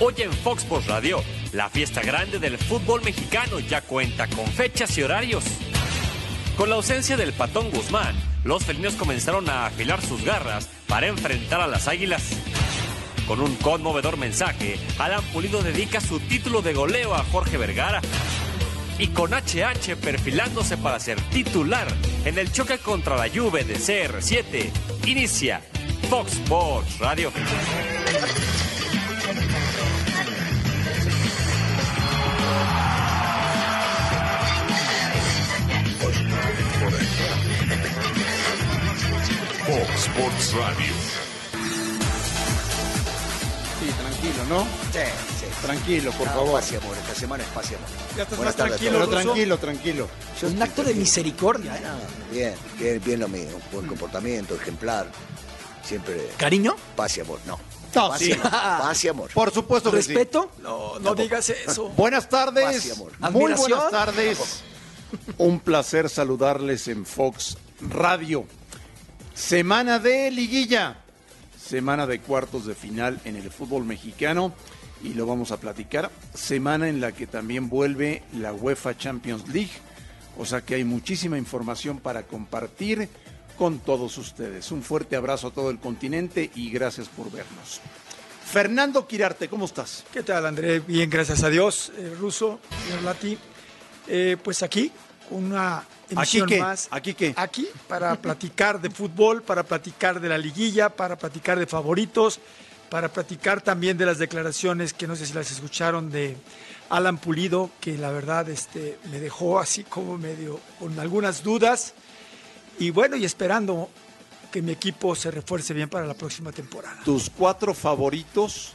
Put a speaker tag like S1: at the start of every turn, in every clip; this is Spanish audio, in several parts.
S1: Hoy en Fox Sports Radio, la fiesta grande del fútbol mexicano ya cuenta con fechas y horarios. Con la ausencia del patón Guzmán, los felinos comenzaron a afilar sus garras para enfrentar a las águilas. Con un conmovedor mensaje, Alan Pulido dedica su título de goleo a Jorge Vergara. Y con HH perfilándose para ser titular en el choque contra la Juve de CR7, inicia Fox Sports Radio.
S2: Fox Sports Radio.
S3: Sí, tranquilo, ¿no?
S4: Sí, sí.
S3: Tranquilo, por
S4: Ah,
S3: favor.
S4: Paz y amor, esta semana es paz y amor.
S5: Ya estás
S4: Buenas
S5: más
S4: tardes a
S5: tranquilo,
S3: Pero
S4: todos.
S5: Ruso.
S3: tranquilo, tranquilo.
S4: Yo
S6: Un
S4: estoy
S6: acto de
S4: tranquilo.
S6: misericordia, ¿eh?
S4: Bien, bien, bien lo mío. Buen
S5: Mm.
S4: comportamiento, ejemplar. Siempre
S6: ¿Cariño?
S4: paz y amor. No.
S3: No,
S4: paz,
S3: sí.
S4: y amor. paz y amor.
S3: Por supuesto que sí.
S6: ¿Respeto?
S5: No, no digas eso.
S3: Buenas
S4: Paz y
S3: tardes.
S4: amor.
S3: Muy
S6: ¿Admiración?
S3: buenas tardes. Un placer saludarles en Fox Radio. Semana de liguilla. Semana de cuartos de final en el fútbol mexicano. Y lo vamos a platicar. Semana en la que también vuelve la UEFA Champions League. O sea que hay muchísima información para compartir con todos ustedes. Un fuerte abrazo a todo el continente y gracias por vernos. Fernando Quirarte, ¿cómo estás?
S5: ¿Qué tal, André? Bien, gracias a Dios. Eh, Ruso, señor Lati. Eh, pues aquí, con una emisión
S3: qué?
S5: más.
S3: ¿Aquí qué?
S5: Aquí, para platicar de fútbol, para platicar de la liguilla, para platicar de favoritos, para platicar también de las declaraciones que no sé si las escucharon de Alan Pulido, que la verdad este, me dejó así como medio con algunas dudas. Y bueno, y esperando que mi equipo se refuerce bien para la próxima temporada.
S3: tus cuatro favoritos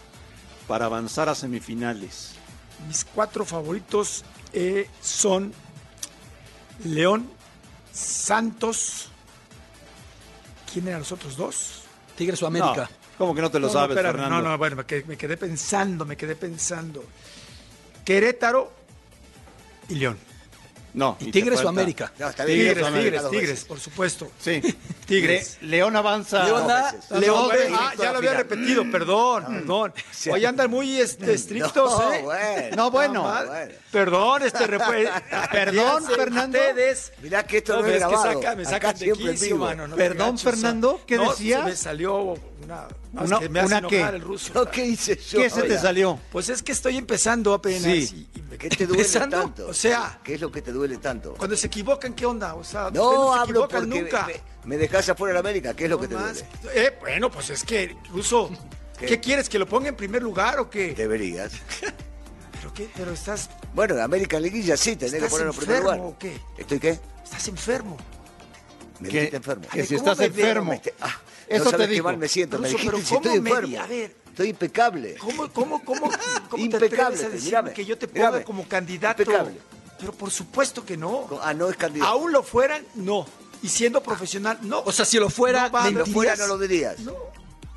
S3: para avanzar a semifinales.
S5: Mis cuatro favoritos eh, son León, Santos. ¿Quién eran los otros dos?
S6: Tigres o
S3: No,
S6: América.
S3: ¿Cómo que no te lo
S5: no,
S3: sabes,
S5: no, espérame,
S3: Fernando?
S5: no, no, bueno, me quedé, me quedé pensando, me quedé pensando. Querétaro y León.
S3: No,
S6: ¿Y
S3: te
S6: Tigres o
S3: falta.
S6: América?
S4: No, está bien,
S5: Tigres,
S4: está
S5: Tigres, Tigres,
S4: bien, dos veces.
S5: por supuesto.
S3: Sí.
S5: Tigres.
S3: Le- León avanza.
S6: León
S3: No,
S6: a-
S4: veces.
S3: Dos
S5: León,
S3: veces. Ah,
S5: ah, ya lo había
S4: Final.
S5: repetido, perdón, perdón. Hoy andan muy este, estrictos,
S4: No,
S5: ¿eh?
S4: bueno.
S3: No, bueno.
S5: Ah,
S4: bueno.
S5: Perdón, este refue-
S3: Perdón,
S5: Fíjense
S3: Fernando.
S5: Ustedes.
S4: Mirá que esto no
S5: pero
S4: es
S5: que
S4: grabado.
S5: saca- me
S4: Acá
S5: sacan de
S4: siempre en
S5: quicio,
S4: vivo.
S5: mano, no te
S3: Perdón,
S5: agaches, o sea,
S3: Fernando, ¿qué
S5: no,
S3: decías?
S5: Se me salió una. no, es
S3: Una-
S5: que me hace
S3: ¿una qué?
S5: enojar el ruso.
S4: No, ¿Qué hice yo?
S3: ¿Qué se te
S4: Oiga,
S3: salió?
S5: Pues es que estoy empezando apenas.
S3: Sí.
S5: y- y me-
S4: ¿Qué te duele
S5: empezando,
S4: tanto?
S5: O sea,
S4: ¿Qué es lo que te duele tanto?
S5: cuando se equivocan, ¿qué onda? O sea, ustedes
S4: No
S5: se
S4: hablo
S5: equivocan
S4: porque
S5: nunca.
S4: me- me dejas afuera de América. ¿Qué es lo que te
S5: No más.
S4: duele?
S5: Eh, bueno, pues es que, ruso, ¿qué,
S4: ¿Qué?
S5: quieres? ¿Que lo ponga en primer lugar o qué?
S4: Deberías.
S5: ¿Pero qué? ¿Pero estás,
S4: Bueno, en América Liguilla sí, tenés que
S5: ¿Estás
S4: ponerlo en primer
S5: enfermo
S4: lugar.
S5: o qué?
S4: ¿Estoy qué?
S5: estás enfermo?
S4: Me
S3: Que-
S4: dijiste enfermo.
S3: que si
S5: ¿Cómo
S3: estás
S5: me veo?
S3: enfermo.
S4: Este, ah,
S3: Eso
S4: no
S3: te
S4: sabes qué
S3: digo.
S4: mal me siento. Me
S5: Ruso,
S4: dijiste
S5: pero
S4: si estoy
S5: ¿cómo me
S4: enfermo.
S5: di- a ver.
S4: Estoy impecable.
S5: ¿Cómo, cómo, cómo, cómo te
S4: Impecable,
S5: atreves a decirme
S4: mírame,
S5: que yo te ponga
S4: mírame.
S5: como candidato?
S4: Impecable.
S5: Pero por supuesto que no.
S4: Ah, no es candidato.
S5: Aún lo fueran, no. Y siendo profesional, no.
S6: O sea, si lo fuera,
S5: No va,
S4: Si lo
S6: mentiras.
S4: fuera no lo dirías.
S5: no,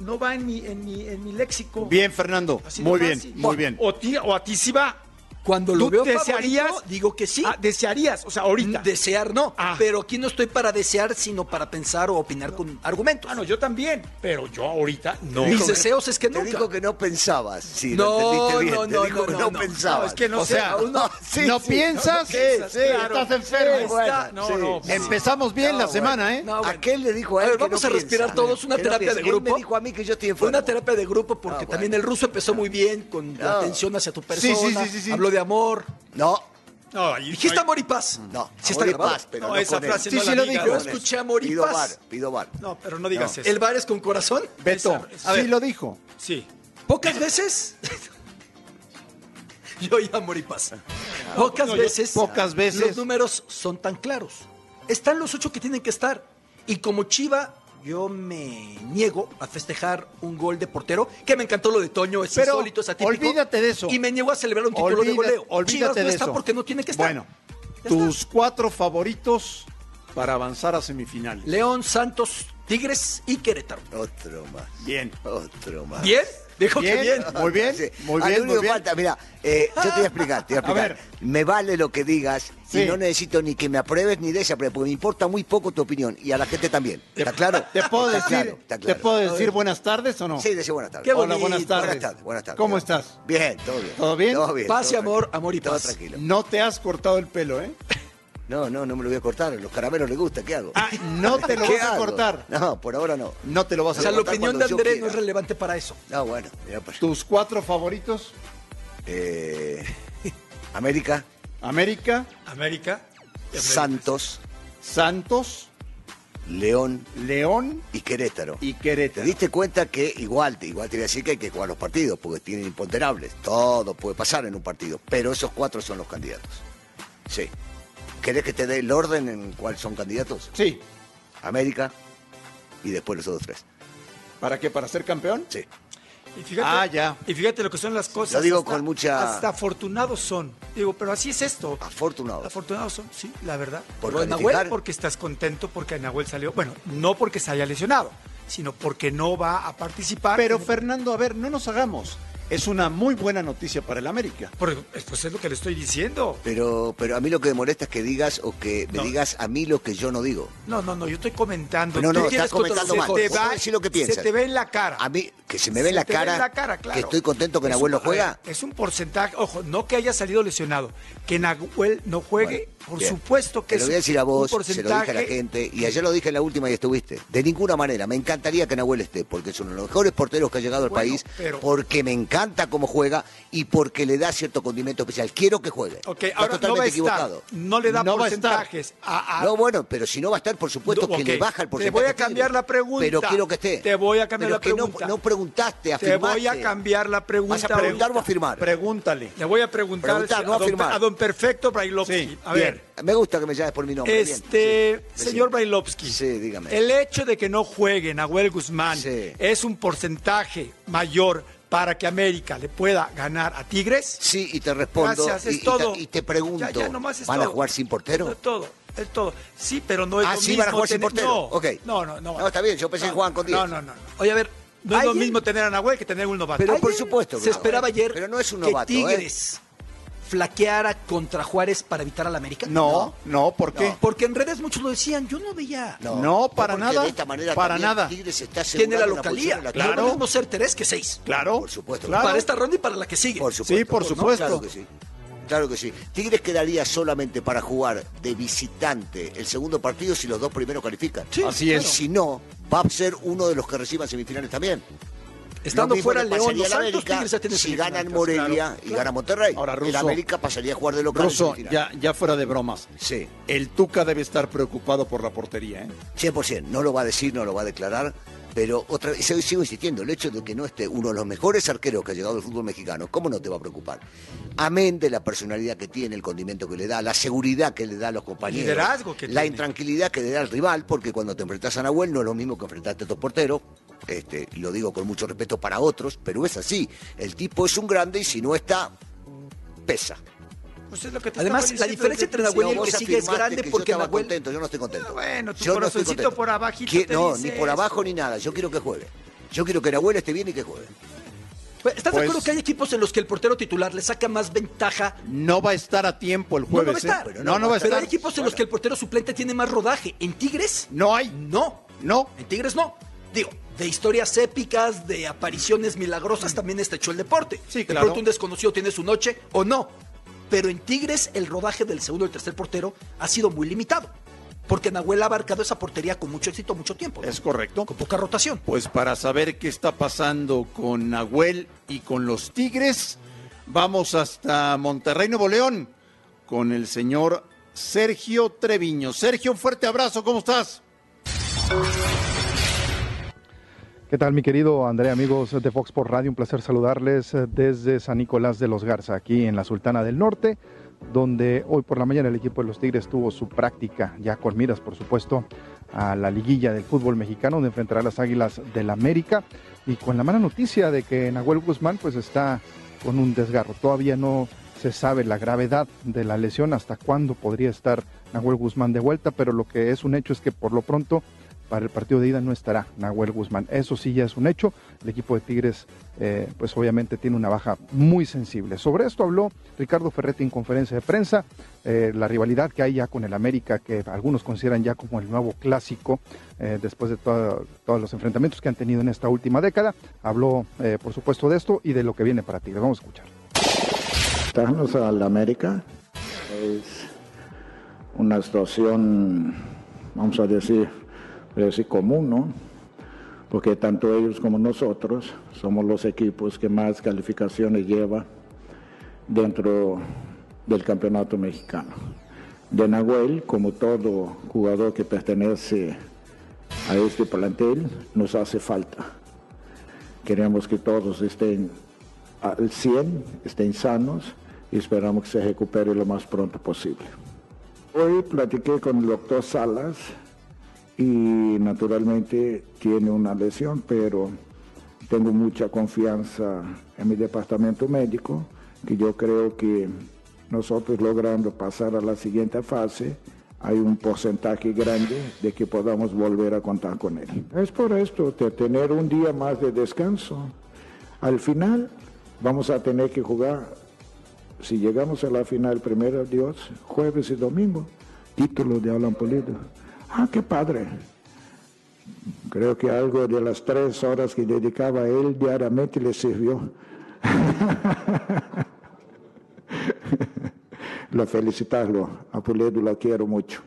S5: no va en mi, en mi, en mi léxico.
S3: Bien, Fernando.
S5: Así de
S3: muy bien,
S5: fácil.
S3: muy bien.
S5: O, ti- o a ti sí va.
S6: Cuando
S5: ¿Tú
S6: lo veo
S5: desearías?
S6: favorito, digo que sí. Mm,
S5: Ah, desearías, o sea, ahorita.
S6: Desear no,
S5: Ah.
S6: pero aquí no estoy para desear, sino para pensar o opinar con argumentos.
S5: Ah, no, yo también. Pero yo ahorita no.
S6: Mis deseos es que
S4: Te
S6: nunca.
S4: dijo que no pensabas. Sí,
S6: No,
S4: lo entendiste bien.
S6: no,
S4: Te
S6: no,
S4: dijo que
S6: no,
S4: no,
S6: no.
S4: pensabas.
S5: No, es que no
S3: o
S5: sé,
S3: sea,
S5: aún
S4: no, sí,
S3: ¿No
S4: sí,
S3: piensas?
S5: no, no piensas,
S3: sí,
S5: claro.
S3: estás enfermo.
S4: Bueno,
S5: está- no,
S4: sí,
S5: no, pues-
S4: sí.
S3: Empezamos bien
S4: No,
S3: la
S4: bueno.
S3: semana, ¿eh?
S6: No, bueno.
S4: ¿A qué le dijo a
S6: A
S4: él
S6: ver,
S4: que
S6: vamos
S4: no
S6: a respirar
S4: piensa?
S6: todos una
S4: Que no
S6: terapia
S4: piensa.
S6: de grupo.
S4: Él me dijo a mí que yo estoy
S6: Fue
S4: enfermo.
S6: una terapia de grupo porque
S4: Ah,
S6: también
S4: bueno. Ah.
S6: el ruso empezó muy bien con la
S4: No.
S6: atención hacia tu
S3: sí,
S6: persona.
S3: sí, sí.
S6: Habló de amor.
S4: No, Mm,
S5: No, ahí-
S6: Dijiste
S5: ahí-
S6: amor y paz.
S4: no.
S6: Sí está
S4: amor y
S6: grabado.
S4: paz, pero
S5: No,
S4: no,
S5: esa
S4: con él.
S5: frase
S3: Sí,
S5: no
S3: sí
S5: la
S3: lo
S5: digas.
S3: dijo.
S6: Yo escuché amor y
S4: Pido
S6: paz.
S4: bar, pido bar.
S5: No, pero no digas eso.
S6: ¿El bar es con corazón?
S3: Beto,
S5: Esa-
S3: sí lo dijo.
S5: Sí.
S6: Pocas veces. Yo y amor y paz. Pocas
S3: no, yo-
S6: veces.
S3: pocas veces.
S6: Los números son tan claros. Están los ocho que tienen que estar. Y como Chiva, yo me niego a festejar un gol de portero, que me encantó lo de Toño, es
S3: Pero
S6: insólito, es atípico.
S3: olvídate de eso.
S6: Y me niego a celebrar un título de
S3: Olvida-
S6: goleo. Chivas
S3: olvídate
S6: no
S3: de
S6: está
S3: eso.
S6: porque no tiene que estar.
S3: Bueno, tus cuatro favoritos para avanzar a semifinales.
S6: León, Santos, Tigres y Querétaro.
S4: Otro más.
S3: Bien.
S4: Otro más.
S6: ¿Bien? Dijo
S3: Bien.
S6: que bien.
S3: Muy bien,
S4: Sí.
S3: muy
S4: Ah,
S3: bien,
S4: lo único
S3: muy bien.
S4: falta, mira, eh, yo te voy a explicar, te voy a
S3: A
S4: explicar. Me vale lo que digas
S3: Sí.
S4: y no necesito ni que me apruebes ni desapruebes, porque me importa muy poco tu opinión y a la gente también. ¿Está claro?
S3: ¿Te puedo
S4: Está
S3: decir,
S4: claro, está
S3: ¿te
S4: claro.
S3: puedo decir buenas tardes o no?
S4: Sí, decir buenas tardes.
S6: Qué
S3: Hola,
S6: bonito.
S3: buenas tardes.
S4: Buenas tardes, buenas tardes.
S3: ¿Cómo estás?
S4: Bien, todo bien.
S3: ¿Todo bien?
S6: Paz y
S4: todo
S6: amor,
S4: tranquilo,
S6: amor y
S4: todo
S6: paz.
S4: tranquilo.
S3: No te has cortado el pelo, ¿eh?
S4: No, no, no me lo voy a cortar, los caramelos les gusta, ¿qué hago?
S3: Ah, no te lo
S4: ¿Qué
S3: vas a
S4: hago?
S3: cortar.
S4: No, por ahora no.
S3: No te lo
S6: O
S3: vas a
S6: sea,
S4: Voy
S6: la
S4: a
S3: cortar.
S4: votar
S6: opinión de
S4: cuando yo
S6: Andrés no
S4: quiera.
S6: es relevante para eso.
S4: No, bueno, mira, pues,
S3: ¿Tus cuatro favoritos?
S4: eh, América,
S3: América,
S5: América. y América.
S4: Santos,
S3: Santos,
S4: León
S3: León
S4: y Querétaro.
S3: y
S4: ¿Te
S3: Querétaro.
S4: diste cuenta que igual, te- igual te voy a decir que hay que jugar los partidos, porque tienen imponderables. Todo puede pasar en un partido, pero esos cuatro son los candidatos. Sí. ¿Querés que te dé el orden en cuál son candidatos?
S3: Sí.
S4: América y después los otros tres.
S3: ¿Para qué? ¿Para ser campeón?
S4: Sí.
S5: Y fíjate,
S3: Ah, ya.
S5: Y fíjate lo que son las cosas.
S4: Lo digo
S5: hasta-
S4: con mucha-
S5: Hasta afortunados son. Digo, pero así es esto.
S4: Afortunados.
S5: Afortunados son, sí, la verdad.
S4: Por
S5: Pero
S4: calificar.
S5: Nahuel, porque estás contento porque Nahuel salió. Bueno, no porque se haya lesionado, sino porque no va a participar.
S3: Pero
S5: En-
S3: Fernando, a ver, no nos hagamos. Es una muy buena noticia para el América.
S5: Por- pues es lo que le estoy diciendo.
S4: Pero, pero a mí lo que me molesta es que digas o que me
S5: No.
S4: digas a mí lo que yo no digo.
S5: No, no, no, yo estoy comentando.
S4: No, no,
S5: Tú
S4: estás
S5: tienes
S4: comentando
S5: control.
S4: mal.
S5: Se te
S4: Vos
S5: va-
S4: podés decir lo que piensas.
S5: Se te ve en la cara.
S4: A mí, que se me ve
S5: Se
S4: en la
S5: te ve
S4: cara,
S5: en la cara, claro.
S4: que estoy contento que
S5: Es
S4: Nahuel
S5: un-
S4: no
S5: a
S4: juega.
S5: ver, Es un porcentaje, ojo, no que haya salido lesionado, que Nahuel no juegue,
S4: Bueno,
S5: por
S4: bien.
S5: supuesto que
S4: Te lo voy a
S5: es
S4: decir a vos,
S5: un
S4: se lo dije a la
S5: porcentaje.
S4: gente, y ayer lo dije en la última y estuviste. De ninguna manera, me encantaría que Nahuel esté, porque es uno de los mejores porteros que ha llegado al
S5: Bueno,
S4: país,
S5: pero-
S4: porque me encanta cómo juega y porque le da cierto condimento especial. Quiero que juegue.
S5: Ok, ahora
S4: Está
S5: no va a
S4: totalmente
S5: estar,
S4: equivocado.
S5: no le da
S3: No va a estar.
S5: porcentajes. A, a-
S4: No, bueno, pero si no va a estar, por supuesto
S5: No,
S4: que le
S5: ok.
S4: baja el
S5: Te
S4: porcentaje.
S5: voy a
S4: que tiene.
S5: cambiar la pregunta.
S4: Pero quiero que esté.
S5: Te voy a cambiar
S4: Pero
S5: la
S4: que no-
S5: pregunta.
S4: No, preguntaste,
S5: te
S4: afirmaste.
S5: voy a cambiar la
S4: ¿Vas
S5: pregunta.
S4: a preguntar o
S5: ahorita.
S4: afirmar?
S3: Pregúntale.
S5: Le voy a preguntar,
S4: Preguntar, no
S5: a, don,
S4: afirmar.
S5: a don Perfecto Brailovsky.
S3: Sí,
S5: a
S4: Bien,
S5: ver,
S4: Me gusta que me llames por mi nombre. bien,
S5: este
S4: sí,
S5: señor
S4: decime.
S5: Brailovsky,
S4: Sí, dígame.
S5: el hecho de que no juegue Nahuel Guzmán
S4: Sí.
S5: es un porcentaje mayor para que América le pueda ganar a Tigres.
S4: Sí, y te respondo.
S5: Gracias, es
S4: y, y te-
S5: todo.
S4: y te pregunto,
S5: Ya, ya, nomás es
S4: ¿van a
S5: todo.
S4: jugar sin portero?
S5: Es todo, es todo. Sí, pero no es
S4: Ah,
S5: lo
S4: sí,
S5: mismo.
S4: van a jugar sin
S5: tener-
S4: portero.
S5: No,
S4: Ok.
S5: no, no, no.
S4: No, está bien, yo pensé que jugaban con
S5: No,
S4: 10.
S5: no, no. no.
S6: Oye, a ver,
S5: No es lo
S6: ayer
S5: mismo tener a Nahuel que tener un novato.
S4: Pero
S5: Ay,
S4: por supuesto. que
S6: Se
S4: no.
S6: esperaba ayer
S4: Pero no es un
S6: que
S4: novato, ¿eh?
S6: Tigres flaqueara contra Juárez para evitar al América.
S3: No, no, ¿por qué?
S6: Porque en redes muchos lo decían, yo no veía.
S3: No, para
S4: porque
S3: nada,
S4: De esta manera
S3: para
S4: también
S3: nada.
S4: Tigres está
S6: Tiene la
S4: asegurando una
S6: localía.
S4: posición en la
S6: No es
S3: Claro.
S6: lo mismo ser tres que seis.
S3: Claro.
S4: Por supuesto.
S3: Claro.
S6: Para esta ronda y para la que sigue.
S4: Por supuesto.
S3: Sí, por
S4: ¿no?
S3: supuesto.
S4: Claro que sí. Claro que sí. Tigres quedaría solamente para jugar de visitante el segundo partido si los dos primeros califican.
S6: Sí,
S3: Así es.
S4: Y Si no, va a ser uno de los que reciban semifinales también.
S6: Estando
S4: Lo mismo
S6: fuera
S4: le
S6: León,
S4: pasaría
S6: los
S4: a la
S6: Santos,
S4: América
S6: Tigres ya tiene
S4: Si
S6: semifinal,
S4: ganan
S6: claro.
S4: Morelia y
S6: Claro.
S4: gana Monterrey,
S3: Ahora,
S4: el
S3: Russo.
S4: América pasaría a jugar de local. en
S3: Russo,
S4: semifinal.
S3: ya, ya fuera de bromas.
S4: Sí.
S3: El Tuca debe estar preocupado por la portería, ¿eh?
S4: 100%, no lo va a decir, no lo va a declarar, pero otra vez, yo sigo insistiendo, el hecho de que no esté uno de los mejores arqueros que ha llegado al fútbol mexicano, ¿cómo no te va a preocupar? Amén de la personalidad que tiene, el condimento que le da, la seguridad que le da a los compañeros,
S5: Liderazgo que
S4: la
S5: tiene.
S4: intranquilidad que le da al rival, porque cuando te enfrentas a Nahuel no es lo mismo que enfrentarte a tu portero, este, y lo digo con mucho respeto para otros, pero es así, el tipo es un grande y si no está, pesa.
S5: pues es lo que te
S6: Además,
S5: estaba
S6: la
S5: diciendo
S6: diferencia
S5: desde el
S6: entre Nahuel y
S5: principio.
S6: el
S4: vos
S6: que sigue es
S4: afirmaste
S6: grande
S4: que
S6: porque
S4: yo estaba
S6: Nahuel-
S4: contento, yo no estoy contento.
S5: Ah, bueno, tu
S4: Yo no estoy
S5: corazoncito
S4: contento.
S5: por abajito
S4: Que-
S5: te
S4: no,
S5: dice
S4: ni por
S5: eso.
S4: abajo ni nada. Yo quiero que juegue. Yo quiero que Nahuel esté bien y que juegue.
S6: ¿Estás
S3: Pues-
S6: de acuerdo que hay equipos en los que el portero titular le saca más ventaja?
S3: No va a estar a tiempo el
S6: no, no va a
S3: jueves, ¿eh?
S6: estar.
S3: No, no, va a
S6: Pero
S3: estar.
S6: hay equipos en los que el portero suplente tiene más rodaje. ¿En Tigres?
S3: No hay.
S6: No.
S3: No.
S6: En Tigres no. Digo, de historias épicas, de apariciones milagrosas, también está hecho el deporte.
S3: Sí,
S6: De
S3: claro.
S6: pronto un desconocido tiene su noche o no. Pero en Tigres el rodaje del segundo y el tercer portero ha sido muy limitado. Porque Nahuel ha abarcado esa portería con mucho éxito, mucho tiempo. ¿no?
S3: Es correcto.
S6: Con poca rotación.
S3: Pues para saber qué está pasando con Nahuel y con los Tigres, vamos hasta Monterrey, Nuevo León, con el señor Sergio Treviño. Sergio, un fuerte abrazo, ¿cómo estás?
S7: ¿Qué tal mi querido André, amigos de Fox por Radio? Un placer saludarles eh, desde San Nicolás de los Garza, aquí en la Sultana del Norte, donde hoy por la mañana el equipo de los Tigres tuvo su práctica, ya con miras por supuesto a la liguilla del fútbol mexicano, donde enfrentará a las Águilas del América, y con la mala noticia de que Nahuel Guzmán pues está con un desgarro. Todavía no se sabe la gravedad de la lesión, hasta cuándo podría estar Nahuel Guzmán de vuelta, pero lo que es un hecho es que por lo pronto Para el partido de ida no estará Nahuel Guzmán. Eso sí ya es un hecho. El equipo de Tigres, eh, pues obviamente tiene una baja muy sensible. Sobre esto habló Ricardo Ferretti en conferencia de prensa. eh, la rivalidad que hay ya con el América, que algunos consideran ya como el nuevo clásico, eh, después de todo- todos los enfrentamientos que han tenido en esta última década. Habló, eh, por supuesto, de esto y de lo que viene para Tigres. Vamos a escuchar.
S8: Darnos al América es una situación, vamos a decir, pero sí común, ¿no? Porque tanto ellos como nosotros somos los equipos que más calificaciones lleva dentro del campeonato mexicano. De Nahuel, como todo jugador que pertenece a este plantel, nos hace falta. Queremos que todos estén al 100, estén sanos y esperamos que se recupere lo más pronto posible. Hoy platiqué con el doctor Salas y naturalmente tiene una lesión, pero tengo mucha confianza en mi departamento médico, que yo creo que nosotros logrando pasar a la siguiente fase, hay un porcentaje grande de que podamos volver a contar con él. Es por esto, de tener un día más de descanso. Al final vamos a tener que jugar, si llegamos a la final primero, Dios, jueves y domingo, título de Alan Pulido. Ah, qué padre. Creo que algo de las tres horas que dedicaba a él diariamente le sirvió. lo felicitarlo, a Pulido lo quiero mucho.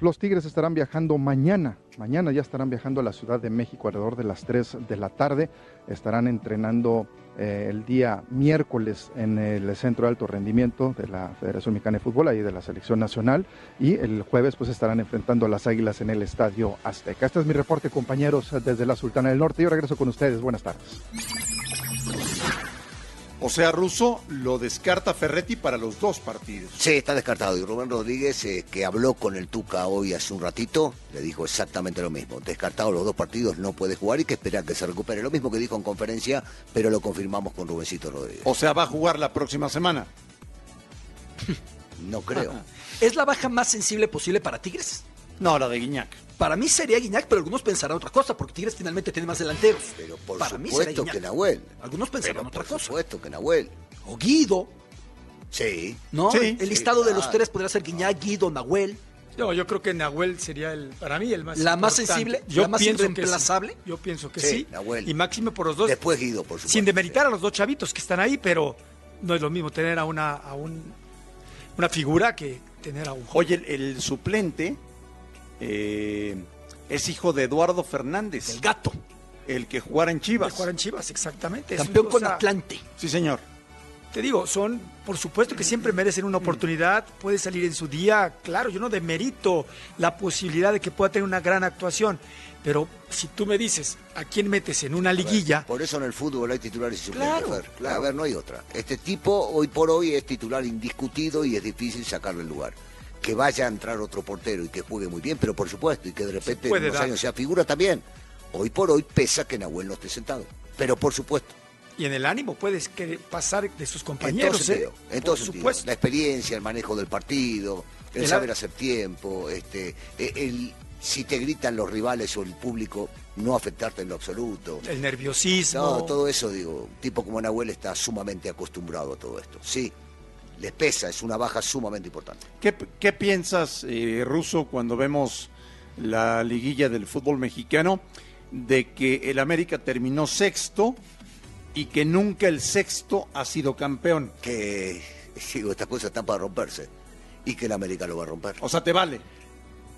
S7: Los Tigres estarán viajando mañana. Mañana ya estarán viajando a la Ciudad de México alrededor de las 3 de la tarde. Estarán entrenando eh, el día miércoles en el Centro de Alto Rendimiento de la Federación Mexicana de Fútbol, ahí de la Selección Nacional. Y el jueves pues estarán enfrentando a las Águilas en el Estadio Azteca. Este es mi reporte, compañeros, desde la Sultana del Norte. Yo regreso con ustedes. Buenas tardes.
S3: O sea, Russo lo descarta Ferretti para los dos partidos.
S4: Sí, está descartado. Y Rubén Rodríguez, eh, que habló con el Tuca hoy hace un ratito, le dijo exactamente lo mismo. Descartado los dos partidos, no puede jugar y que esperar que se recupere. Lo mismo que dijo en conferencia, pero lo confirmamos con Rubencito Rodríguez.
S3: O sea, va a jugar la próxima semana.
S4: No creo.
S6: ¿Es la baja más sensible posible para Tigres?
S3: No, la de Guiñac.
S6: Para mí sería Guiñac, pero algunos pensarán otra cosa, porque Tigres finalmente tiene más delanteros.
S4: Pero por
S6: Para mí será
S4: supuesto
S6: Guiñac.
S4: que Nahuel.
S6: Algunos
S4: Pero
S6: pensarán
S4: por
S6: otra cosa.
S4: supuesto que Nahuel.
S6: O Guido,
S4: Sí.
S6: ¿no?
S3: Sí,
S6: el listado de los
S4: claro.
S6: tres podría ser Guiñac, Guido, Nahuel.
S5: No, yo creo que Nahuel sería el, para mí el más
S6: ¿La más
S5: importante.
S6: sensible?
S5: Yo
S6: ¿La más
S5: pienso que sí.
S6: irreemplazable?
S5: Yo pienso que
S4: Sí,
S5: sí.
S4: Nahuel.
S5: Y máximo por los dos.
S4: Después Guido, por supuesto.
S5: sin demeritar a los dos chavitos que están ahí, pero no es lo mismo tener a una, a un, una figura que tener a un joven.
S3: Oye, el, el suplente eh, es hijo de Eduardo Fernández.
S6: El gato.
S3: El que jugara en Chivas.
S5: Que jugar en Chivas, exactamente. Es
S6: Campeón
S5: un- o
S6: con
S5: sea,
S6: Atlante.
S3: Sí, señor.
S5: Te digo, son, por supuesto que siempre merecen
S6: Mm.
S5: una oportunidad, puede salir en su día, claro, yo no demerito la posibilidad de que pueda tener una gran actuación, pero si tú me dices a quién metes en una
S4: A ver,
S5: liguilla,
S4: Por eso en el fútbol hay titulares y suplentes.
S5: Claro,
S4: Fer. A ver, no hay otra. Este tipo hoy por hoy es titular indiscutido y es difícil sacarle el lugar. Que vaya a entrar otro portero y que juegue muy bien, pero por supuesto, y que de repente en
S5: puede
S4: unos
S5: dar.
S4: años sea figura también. Hoy por hoy pesa que Nahuel no esté sentado. Pero por supuesto,
S5: y en el ánimo puedes que- pasar de sus
S4: en
S5: compañeros,
S4: todo sentido,
S5: ¿eh?
S4: en todo
S5: por
S4: sentido.
S5: supuesto.
S4: La experiencia, el manejo del partido, el,
S5: El-
S4: saber hacer tiempo, este, eh, el, si te gritan los rivales o el público, no afectarte en lo absoluto.
S5: El nerviosismo.
S4: No, todo eso, digo, un tipo como Nahuel está sumamente acostumbrado a todo esto. Sí, les pesa, es una baja sumamente importante.
S3: ¿Qué, qué piensas, eh, Russo, cuando vemos la liguilla del fútbol mexicano de que el América terminó sexto y que nunca el sexto ha sido campeón?
S4: Que, digo, estas cosas están para romperse y que el América lo va a romper.
S3: O sea, te vale.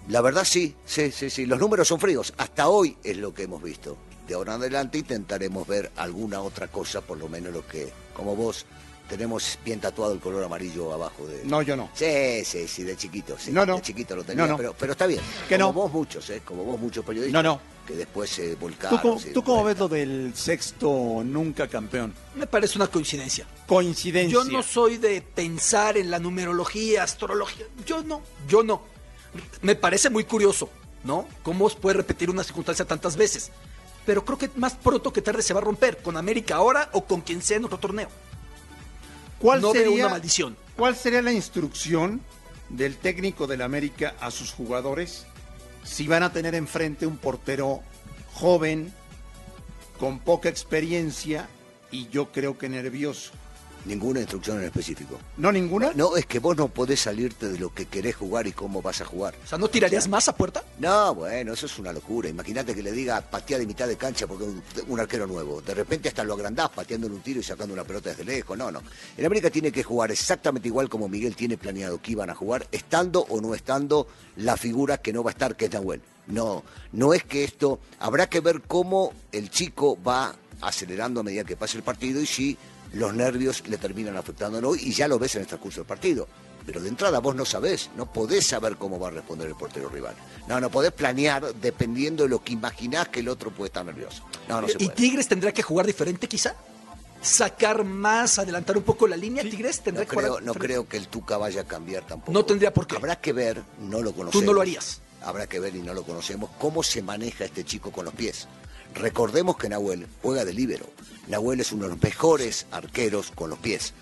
S4: La verdad sí, sí, sí, sí, los números son fríos. Hasta hoy es lo que hemos visto. De ahora en adelante intentaremos ver alguna otra cosa, por lo menos lo que, como vos, tenemos bien tatuado el color amarillo abajo de...
S3: No, yo no.
S4: Sí, sí, sí, de chiquito, sí.
S3: No, no.
S4: De chiquito lo tenía,
S3: No, no.
S4: Pero, pero está bien.
S3: Que
S4: como
S3: no.
S4: vos muchos, ¿eh? Como vos muchos periodistas.
S3: No, no.
S4: Que después se volcaron.
S3: ¿Tú, cómo-
S4: se
S3: tú
S4: dieron
S3: cómo
S4: cuenta.
S3: ves lo del sexto nunca campeón?
S6: Me parece una coincidencia.
S3: Coincidencia.
S6: Yo no soy de pensar en la numerología, astrología. Yo no, yo no. Me parece muy curioso, ¿no? ¿Cómo se puede repetir una circunstancia tantas veces? Pero creo que más pronto que tarde se va a romper, con América ahora o con quien sea en otro torneo.
S3: ¿Cuál
S6: no veo
S3: sería-
S6: una maldición.
S3: ¿Cuál sería la instrucción del técnico del América a sus jugadores si van a tener enfrente un portero joven, con poca experiencia y yo creo que nervioso.
S4: Ninguna instrucción en específico.
S3: ¿No ninguna?
S4: No, es que vos no podés salirte de lo que querés jugar y cómo vas a jugar.
S6: O sea, ¿no tirarías más a puerta?
S4: No, bueno, eso es una locura. Imagínate que le diga patea de mitad de cancha porque un, un arquero nuevo. De repente hasta lo agrandás pateándole un tiro y sacando una pelota desde lejos. No, no. En América tiene que jugar exactamente igual como Miguel tiene planeado que iban a jugar, estando o no estando la figura que no va a estar, que es Nahuel. No, no es que esto. Habrá que ver cómo el chico va acelerando a medida que pase el partido y si los nervios le terminan afectándolo y ya lo ves en el transcurso del partido. Pero de entrada vos no sabés, no podés saber cómo va a responder el portero rival. No, no podés planear dependiendo de lo que imaginás que el otro puede estar nervioso. No, no se
S6: Eh, ¿Y
S4: puede.
S6: Tigres tendrá que jugar diferente quizá? ¿Sacar más, adelantar un poco la línea? ¿Tigres tendrá
S4: No
S6: que jugar
S4: creo, no
S6: diferente?
S4: creo que el Tuca vaya a cambiar tampoco.
S6: No tendría por qué.
S4: Habrá que ver, no lo conocemos.
S6: Tú no lo harías.
S4: Habrá que ver y no lo conocemos cómo se maneja este chico con los pies. Recordemos que Nahuel juega de líbero. Nahuel es uno de los mejores arqueros con los pies.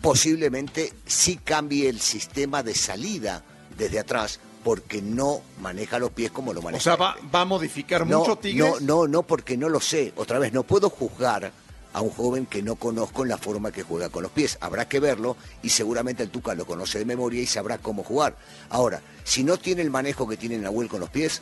S4: Posiblemente sí cambie el sistema de salida desde atrás porque no maneja los pies como lo
S3: O
S4: maneja.
S3: sea, va,
S4: este.
S3: va a modificar
S4: No,
S3: mucho Tigres.
S4: No, no, no, porque no lo sé. Otra vez, no puedo juzgar a un joven que no conozco en la forma que juega con los pies. Habrá que verlo y seguramente el Tuca lo conoce de memoria y sabrá cómo jugar. Ahora, si no tiene el manejo que tiene Nahuel con los pies,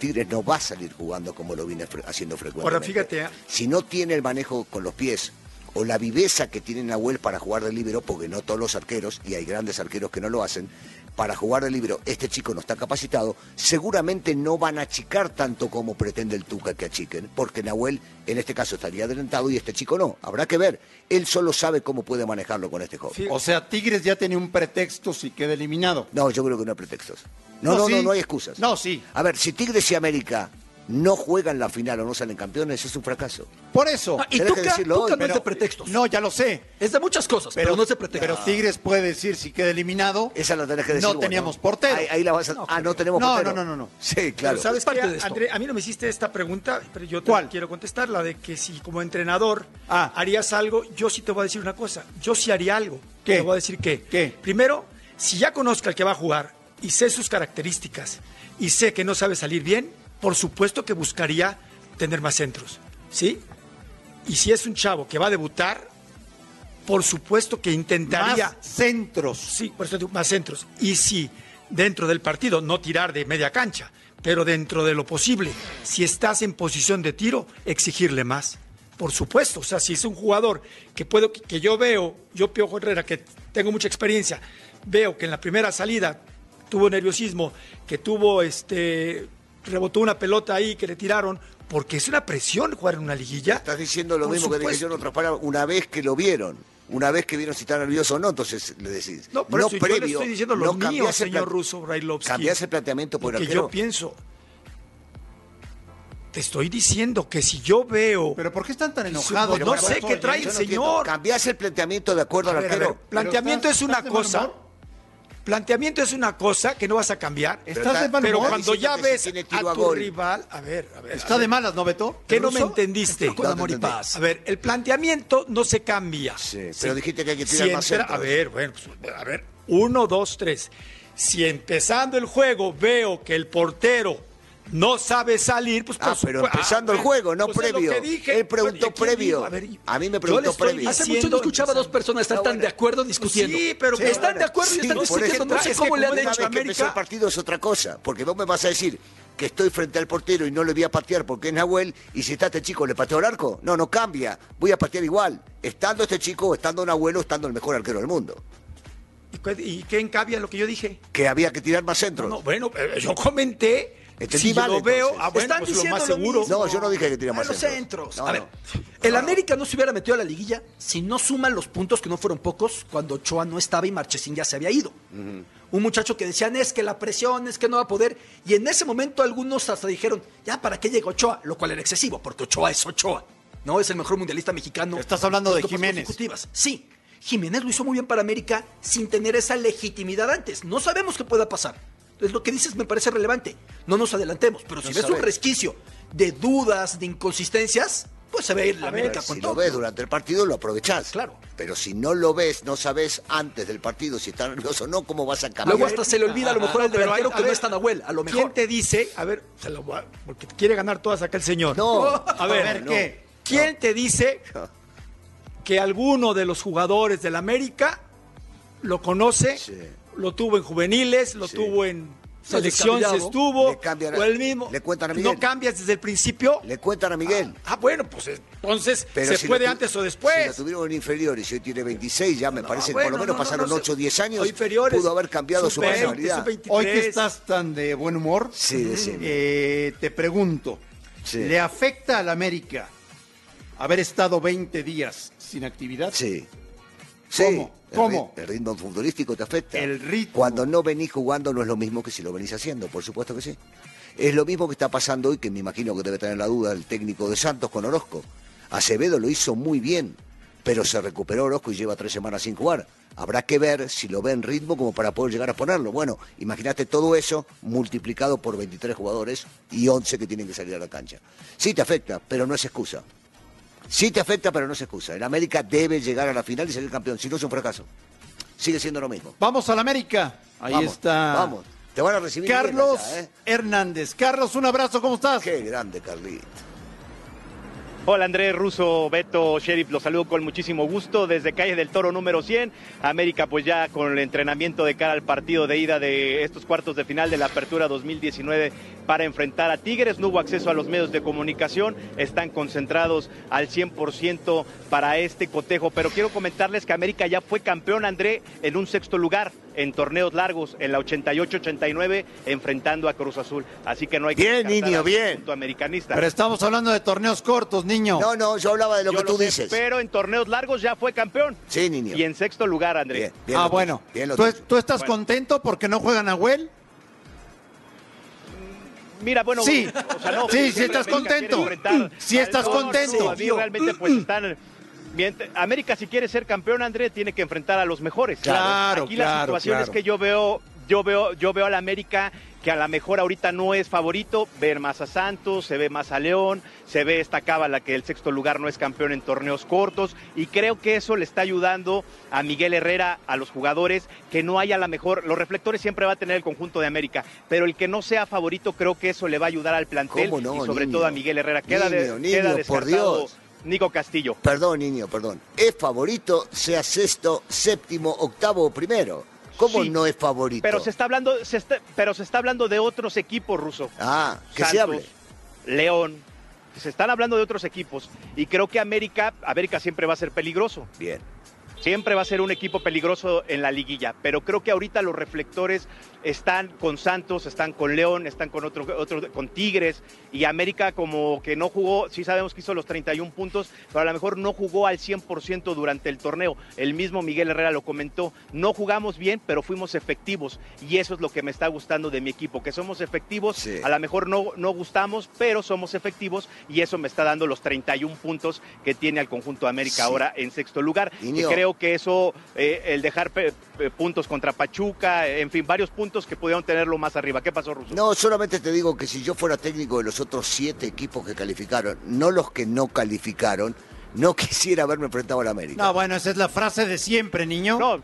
S4: Tigres no va a salir jugando como lo viene fre- haciendo frecuentemente.
S5: Ahora, fíjate, ¿eh?
S4: Si no tiene el manejo con los pies o la viveza que tiene Nahuel para jugar de libero, porque no todos los arqueros, y hay grandes arqueros que no lo hacen, para jugar de libero, este chico no está capacitado, seguramente no van a achicar tanto como pretende el Tuca que achiquen, porque Nahuel en este caso estaría adelantado y este chico no. Habrá que ver. Él solo sabe cómo puede manejarlo con este joven.
S5: Fí-
S3: O sea, Tigres ya tenía un pretexto si queda eliminado.
S4: No, yo creo que no hay pretextos. No, no, no,
S3: sí.
S4: no, hay excusas.
S3: No, sí.
S4: A ver, si Tigres y América no juegan la final o no salen campeones, es un fracaso.
S3: Por eso.
S6: Ah, y
S4: Tenés que
S6: Tuca,
S4: decirlo
S6: Tuca
S4: hoy,
S6: no es
S3: Pero-
S6: de pretextos.
S3: No, ya lo sé.
S6: Es de muchas cosas, pero, no es de pretextos.
S3: pero Tigres puede decir si queda eliminado.
S4: Esa la tenés que decir.
S3: No
S4: vos,
S3: teníamos portero.
S4: Ahí, ahí la vas a... ah, no tenemos
S3: No,
S4: portero.
S3: no, no, no, no.
S4: Sí, claro.
S5: Pero ¿sabes
S6: Es parte
S5: qué,
S6: de esto.
S5: André? A mí no me hiciste esta pregunta, pero yo te
S3: ¿Cuál?
S5: quiero contestar, la de que si como entrenador
S3: Ah.
S5: harías algo, yo sí te voy a decir una cosa, yo sí haría algo.
S3: ¿Qué?
S5: Te voy a decir que,
S3: ¿Qué?
S5: primero, si ya conozco al que va a jugar y sé sus características y sé que no sabe salir bien, por supuesto que buscaría tener más centros, ¿sí? Y si es un chavo que va a debutar, por supuesto que intentaría...
S3: Más centros.
S5: Sí, por eso digo, más centros. Y si dentro del partido no tirar de media cancha, pero dentro de lo posible, si estás en posición de tiro, exigirle más. Por supuesto, o sea, si es un jugador que puedo que yo veo, yo Piojo Herrera que tengo mucha experiencia, veo que en la primera salida tuvo nerviosismo, que tuvo este rebotó una pelota ahí que le tiraron, porque es una presión jugar en una liguilla.
S4: Estás diciendo lo
S5: Por
S4: mismo que dije yo
S5: supuesto.
S4: en otras palabras, una vez que lo vieron. Una vez que vieron si está nervioso o no, entonces le decís.
S5: No, por eso yo le estoy diciendo lo mío,
S4: cambiás el
S5: señor
S4: pla-
S5: Russo Brailovsky.
S4: Cambiás el planteamiento pues, por
S5: Lo
S4: el
S5: que
S4: arquero.
S5: yo pienso. Te estoy diciendo que si yo veo.
S3: Pero ¿por qué están tan
S5: Pues
S3: enojados?
S5: no
S3: con
S5: sé
S3: esto,
S5: qué
S3: ya?
S5: trae el
S4: Yo no
S5: señor.
S4: entiendo. Cambiás el planteamiento de acuerdo al
S5: A ver, a
S4: arquero.
S5: ver, planteamiento
S3: estás-
S5: es una
S3: estás de mal
S5: cosa.
S3: humor.
S5: Planteamiento es una cosa que no vas a cambiar.
S3: Estás de mal
S5: pero
S3: humor.
S5: cuando ya
S4: Diciendo que
S5: ves
S4: si tiene
S5: a tu
S4: tiro a gol.
S5: rival. A ver, a ver. a
S3: Está
S5: ver.
S3: de malas, ¿no, Beto?
S5: ¿Qué no me
S3: ¿Ruso?
S5: entendiste?
S6: Con
S4: No te
S6: amor y
S4: entendí.
S6: paz.
S5: A ver, el planteamiento no se cambia.
S4: Sí, pero dijiste que hay que tirar
S5: Si
S4: más
S5: entra-
S4: centros.
S5: A ver, bueno, pues, a ver, uno, dos, tres. Si empezando el juego veo que el portero no sabe salir, pues
S4: Ah,
S5: por
S4: pero
S5: supuesto-
S4: empezando
S5: ah,
S4: el juego, no
S5: pues es lo
S4: previo.
S5: que dije. Pues,
S4: Él preguntó
S5: ¿Quién
S4: previo.
S5: dijo? ver,
S4: A mí me
S5: yo
S4: preguntó
S5: le estoy
S4: previo.
S5: diciendo
S6: Hace mucho no escuchaba a dos
S5: empezando.
S6: personas estar
S4: Ah,
S6: tan
S4: bueno.
S6: de acuerdo discutiendo.
S5: Sí, pero
S6: Sí, están de acuerdo y
S5: sí,
S6: están
S5: por eso
S6: discutiendo. No
S5: traes
S6: sé
S5: que
S6: cómo le han
S5: como
S4: Una
S5: una
S6: hecho.
S4: vez que empezó el partido es otra cosa, porque vos me vas a decir que estoy frente al portero y no le voy a patear porque es Nahuel, y si está este chico, ¿le pateo al arco? No, no cambia, voy a patear igual, estando este chico, estando Nahuel o estando el mejor arquero del mundo,
S5: ¿Y cu- ¿Y qué encabia lo que yo dije?
S4: que había que tirar más centros.
S5: No, bueno, eh, yo comenté.
S4: Entendí
S5: si
S4: mal,
S5: lo veo,
S4: entonces.
S5: ah, bueno,
S6: Están
S5: pues lo
S6: diciendo
S5: más
S6: lo
S5: seguro.
S6: mismo.
S4: No, yo no dije que tirara
S6: A
S4: más
S6: los
S4: centros.
S6: centros.
S4: No,
S6: a ver,
S4: no.
S6: el América no se hubiera metido a la liguilla si no suman los puntos que no fueron pocos cuando Ochoa no estaba y Marchesín ya se había ido. Un muchacho que decían es que la presión, es que no va a poder. Y en ese momento algunos hasta dijeron, ya, ¿para qué llega Ochoa? Lo cual era excesivo, porque Ochoa es Ochoa. No es el mejor mundialista mexicano.
S3: Estás hablando
S6: Dos
S3: de
S6: copas
S3: Jiménez.
S6: consecutivas. Sí, Jiménez lo hizo muy bien para América sin tener esa legitimidad antes. No sabemos qué pueda pasar. Entonces, lo que dices me parece relevante. No nos adelantemos, pero si ves un
S4: sabemos.
S6: resquicio de dudas, de inconsistencias, Pues se ve la América con
S4: Si lo
S6: todo.
S4: ves durante el partido, lo aprovechás.
S6: Claro.
S4: Pero si no lo ves, no sabes antes del partido si estás nervioso o no, cómo vas a cambiar.
S6: Luego hasta se le olvida a lo mejor al
S5: Pero hay-
S6: delantero
S5: a
S6: que no
S5: ver,
S6: está Nahuel, a lo
S5: ¿Quién
S6: mejor.
S5: te dice? A ver, se lo voy a- porque quiere ganar todas acá el señor.
S4: No.
S5: A ver,
S4: A ver, ¿qué?
S5: ¿quién te dice que alguno de los jugadores del América lo conoce?
S4: Sí.
S5: Lo tuvo en juveniles, lo
S4: Sí.
S5: tuvo en selección, se
S6: descabellado.
S5: estuvo.
S4: Le cambian a-
S5: o el mismo.
S4: le cuentan a Miguel.
S5: no cambias desde el principio.
S4: Le cuentan a Miguel.
S5: Ah, bueno, pues entonces
S4: Pero
S5: se
S4: si lo
S5: puede
S4: tu-
S5: antes o
S4: Si lo
S5: después.
S4: tuvieron en inferiores y hoy tiene 26, ya
S6: Ah,
S4: me parece que por
S5: bueno,
S4: lo menos
S5: no, no,
S4: pasaron
S5: no,
S4: 8 o 10
S5: o
S4: años.
S5: inferiores,
S4: pudo haber cambiado su
S5: sub-veinte,
S4: personalidad.
S5: sub-veintitrés.
S3: Hoy que estás tan de buen humor,
S4: Sí, decime.
S3: eh, te pregunto,
S4: Sí.
S3: ¿le afecta al América haber estado 20 días sin actividad?
S4: Sí.
S3: ¿Cómo?
S4: el
S3: ¿Cómo?
S4: rit- El ritmo futbolístico te afecta.
S3: El ritmo.
S4: Cuando no venís jugando no es lo mismo que si lo venís haciendo, por supuesto que sí. Es lo mismo que está pasando hoy, que me imagino que debe tener la duda el técnico de Santos con Orozco. Acevedo lo hizo muy bien, pero se recuperó Orozco y lleva tres semanas sin jugar. Habrá que ver si lo ve en ritmo como para poder llegar a ponerlo. Bueno, imagínate todo eso multiplicado por 23 jugadores y 11 que tienen que salir a la cancha. Sí te afecta, pero no es excusa. Sí te afecta, pero no se excusa. El América debe llegar a la final y salir campeón. Si no es un fracaso. Sigue siendo lo mismo.
S3: Vamos al América. Ahí
S4: Vamos,
S3: está
S4: Vamos. Te van a recibir. bien
S3: Carlos
S4: allá, ¿eh?
S3: Hernández. Carlos, un abrazo, ¿cómo estás?
S4: Qué grande, Carlito.
S9: Hola Andrés Russo, Beto, Sheriff, los saludo con muchísimo gusto desde Calle del Toro número 100. América pues ya con el entrenamiento de cara al partido de ida de estos cuartos de final de la Apertura 2019 para enfrentar a Tigres. No hubo acceso a los medios de comunicación, están concentrados al 100% para este cotejo. Pero quiero comentarles que América ya fue campeón, André, en un sexto lugar en torneos largos, en la 88-89, enfrentando a Cruz Azul. Así que no hay que...
S4: Bien,
S9: descartar
S4: niño,
S9: al
S4: bien.
S9: conjunto americanista.
S3: Pero estamos hablando de torneos cortos, niño.
S4: No, no, yo hablaba de lo
S9: Yo
S4: que tú
S9: sé,
S4: dices.
S9: Pero en torneos largos ya fue campeón.
S4: Sí, niño.
S9: Y en sexto lugar, Andrés.
S4: Bien, bien
S3: ah,
S4: lo tuyo,
S3: bueno.
S4: bien lo
S3: ¿Tú,
S4: tuyo.
S3: tú estás
S9: Bueno.
S3: contento porque no juega Nahuel?
S9: Mira, bueno,
S3: Sí.
S9: o sea, no,
S3: Sí,
S9: porque
S3: sí estás
S9: América
S3: contento.
S9: quiere enfrentar
S3: Sí
S9: al
S3: estás
S9: Toro,
S3: contento.
S9: Todavía realmente pues están mientras- América si quiere ser campeón, Andrés, tiene que enfrentar a los mejores.
S3: Claro,
S9: Aquí
S3: claro,
S9: la situación
S3: claro.
S9: es que yo veo yo veo yo veo al América que a lo mejor ahorita no es favorito, ver más a Santos, se ve más a León, se ve esta cábala que el sexto lugar no es campeón en torneos cortos y creo que eso le está ayudando a Miguel Herrera, a los jugadores, que no haya la mejor, los reflectores siempre va a tener el conjunto de América, pero el que no sea favorito creo que eso le va a ayudar al plantel
S4: ¿Cómo no,
S9: y sobre
S4: niño?
S9: todo a Miguel Herrera. Queda, de-
S4: Niño, niño,
S9: queda
S4: por
S9: descartado
S4: Dios.
S9: Nico Castillo.
S4: Perdón, niño, perdón. Es favorito, sea sexto, séptimo, octavo o primero. ¿Cómo
S9: Sí,
S4: no es favorito?
S9: Pero se está hablando, se está- pero se está hablando de otros equipos rusos.
S4: Ah, que se
S9: Santos,
S4: hable.
S9: León. Se están hablando de otros equipos y creo que América, América siempre va a ser peligroso.
S4: Bien.
S9: Siempre va a ser un equipo peligroso en la liguilla, pero creo que ahorita los reflectores están con Santos, están con León, están con otro, otro- con Tigres y América como que no jugó, sí sabemos que hizo los 31 puntos, pero a lo mejor no jugó al 100% durante el torneo. El mismo Miguel Herrera lo comentó, no jugamos bien, pero fuimos efectivos y eso es lo que me está gustando de mi equipo, que somos efectivos,
S4: Sí.
S9: a lo mejor no, no gustamos, pero somos efectivos y eso me está dando los 31 puntos que tiene al conjunto de América
S4: Sí.
S9: ahora en sexto lugar.
S4: Niño.
S9: Que creo que eso, eh, el dejar pe- pe- puntos contra Pachuca, eh, en fin, varios puntos que pudieron tenerlo más arriba. ¿Qué pasó, Russo?
S4: No, solamente te digo que si yo fuera técnico de los otros siete equipos que calificaron, no los que no calificaron, no quisiera haberme enfrentado al América.
S3: No, bueno, esa es la frase de siempre, niño.
S9: No.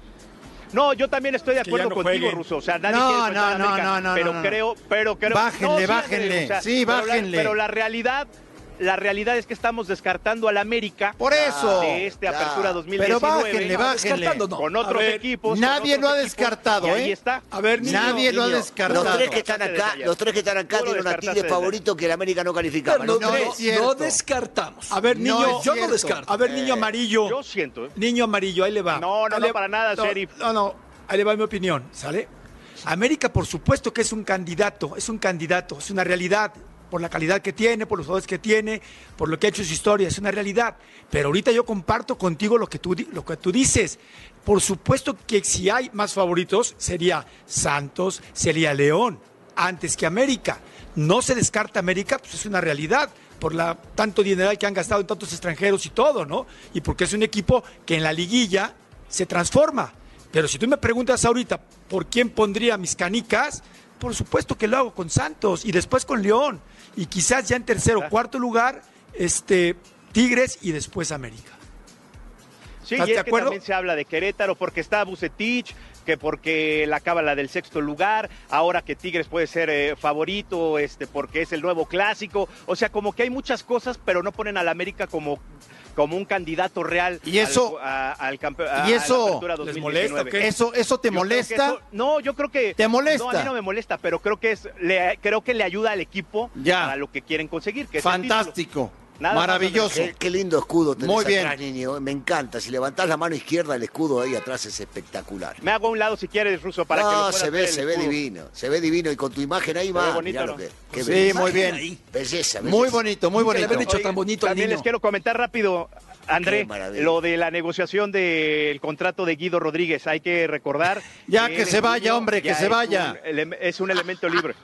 S9: no, yo también estoy de
S5: Que ya
S9: acuerdo
S5: no
S9: contigo,
S5: jueguen.
S9: Russo. O sea, nadie
S3: No,
S9: quiere enfrentar
S3: no,
S9: a
S3: no,
S9: América,
S3: no, no,
S9: pero
S3: no, no.
S9: creo, pero creo.
S3: Bájenle,
S9: No, sí,
S3: bájenle.
S9: Andrés,
S3: Sí,
S9: pero la-
S3: bájenle.
S9: Pero la, realidad, la realidad es que estamos descartando al América.
S3: Por eso.
S9: De este
S4: Ya.
S9: apertura
S4: Pero
S9: 2019.
S3: bájenle, bájenle.
S6: Descartando, no.
S9: Con
S5: A
S9: otros
S5: ver,
S9: equipos. con
S3: nadie
S9: otros
S3: lo ha
S9: equipos,
S3: descartado,
S9: y ahí
S3: ¿eh?
S9: está.
S5: A ver, niño,
S3: Nadie lo ha
S4: Niño,
S3: descartado.
S4: Los tres que están acá, los tres que están acá
S9: Tú lo
S4: tienen a
S9: descartaste
S4: Tigres
S9: de
S4: favorito que el América no calificaba.
S6: no,
S4: ¿no?
S3: no es
S6: no,
S3: cierto.
S6: descartamos.
S5: A ver,
S3: No
S5: niño,
S3: es
S6: yo no
S3: cierto.
S6: descarto.
S5: A ver, niño amarillo.
S9: Yo siento, ¿eh?
S5: Niño amarillo, ahí le va.
S9: No, no,
S5: Ahí
S9: no,
S5: le-
S9: para nada, sheriff.
S5: No, no, ahí le va mi opinión, ¿sale? América, por supuesto que es un candidato, es un candidato, es una realidad, por la calidad que tiene, por los jugadores que tiene, por lo que ha hecho en su historia, es una realidad. Pero ahorita yo comparto contigo lo que tú, di- lo que tú dices. Por supuesto que si hay más favoritos, sería Santos, sería León, antes que América. No se descarta América, pues es una realidad por la tanto dineral que han gastado en tantos extranjeros y todo, ¿no? Y porque es un equipo que en la liguilla se transforma. Pero si tú me preguntas ahorita por quién pondría mis canicas, por supuesto que lo hago con Santos y después con León. Y quizás ya en tercero o cuarto lugar, este, Tigres y después América.
S9: Sí,
S5: ¿Estás
S9: y es
S5: de
S9: que
S5: acuerdo?
S9: también se habla de Querétaro porque está Bucetich, que porque la cábala del sexto lugar, ahora que Tigres puede ser eh, favorito, este, porque es el nuevo clásico. O sea, como que hay muchas cosas, pero no ponen al América como, como un candidato real
S3: Y eso-
S9: al, a- al campe- a-
S3: y
S9: a la
S3: eso-
S9: apertura
S5: ¿Les
S9: 2019.
S5: molesta o qué?
S3: ¿Eso, eso te
S9: Yo creo que
S3: molesta?
S9: eso- no, yo creo que.
S3: ¿Te molesta?
S9: No, a mí no me molesta, pero creo que, es, le, creo que le ayuda al equipo
S3: Ya.
S9: a lo que quieren conseguir. Que es el título.
S3: Fantástico.
S9: Nada más
S3: maravilloso.
S4: Qué, qué lindo escudo tenés
S3: Muy bien.
S4: atrás, niño. Me encanta. Si levantás la mano izquierda, el escudo ahí atrás es espectacular.
S9: Me hago a un lado si quieres, Ruso, para que lo
S4: no,
S9: puedas
S4: se ve,
S9: ver el
S4: se ve
S9: escudo.
S4: divino. Se ve divino. Y con tu imagen ahí
S9: ve
S4: va.
S9: bonito,
S4: Mirá lo
S9: ¿no?
S4: que, qué
S3: Sí,
S4: belleza.
S3: muy bien.
S6: Ahí.
S4: Belleza,
S3: Muy
S4: belleza.
S3: bonito, muy
S6: Nunca le
S3: bonito.
S6: habían dicho tan bonito al
S9: También
S6: niño.
S9: les quiero comentar rápido,
S4: Qué
S9: André,
S4: maravilla.
S9: lo de la negociación del contrato de Guido Rodríguez. Hay que recordar.
S3: Ya que
S9: él
S3: se
S9: es
S3: vaya,
S9: niño,
S3: hombre, que
S9: ya
S3: se
S9: es
S3: vaya.
S9: un ele- es un elemento libre.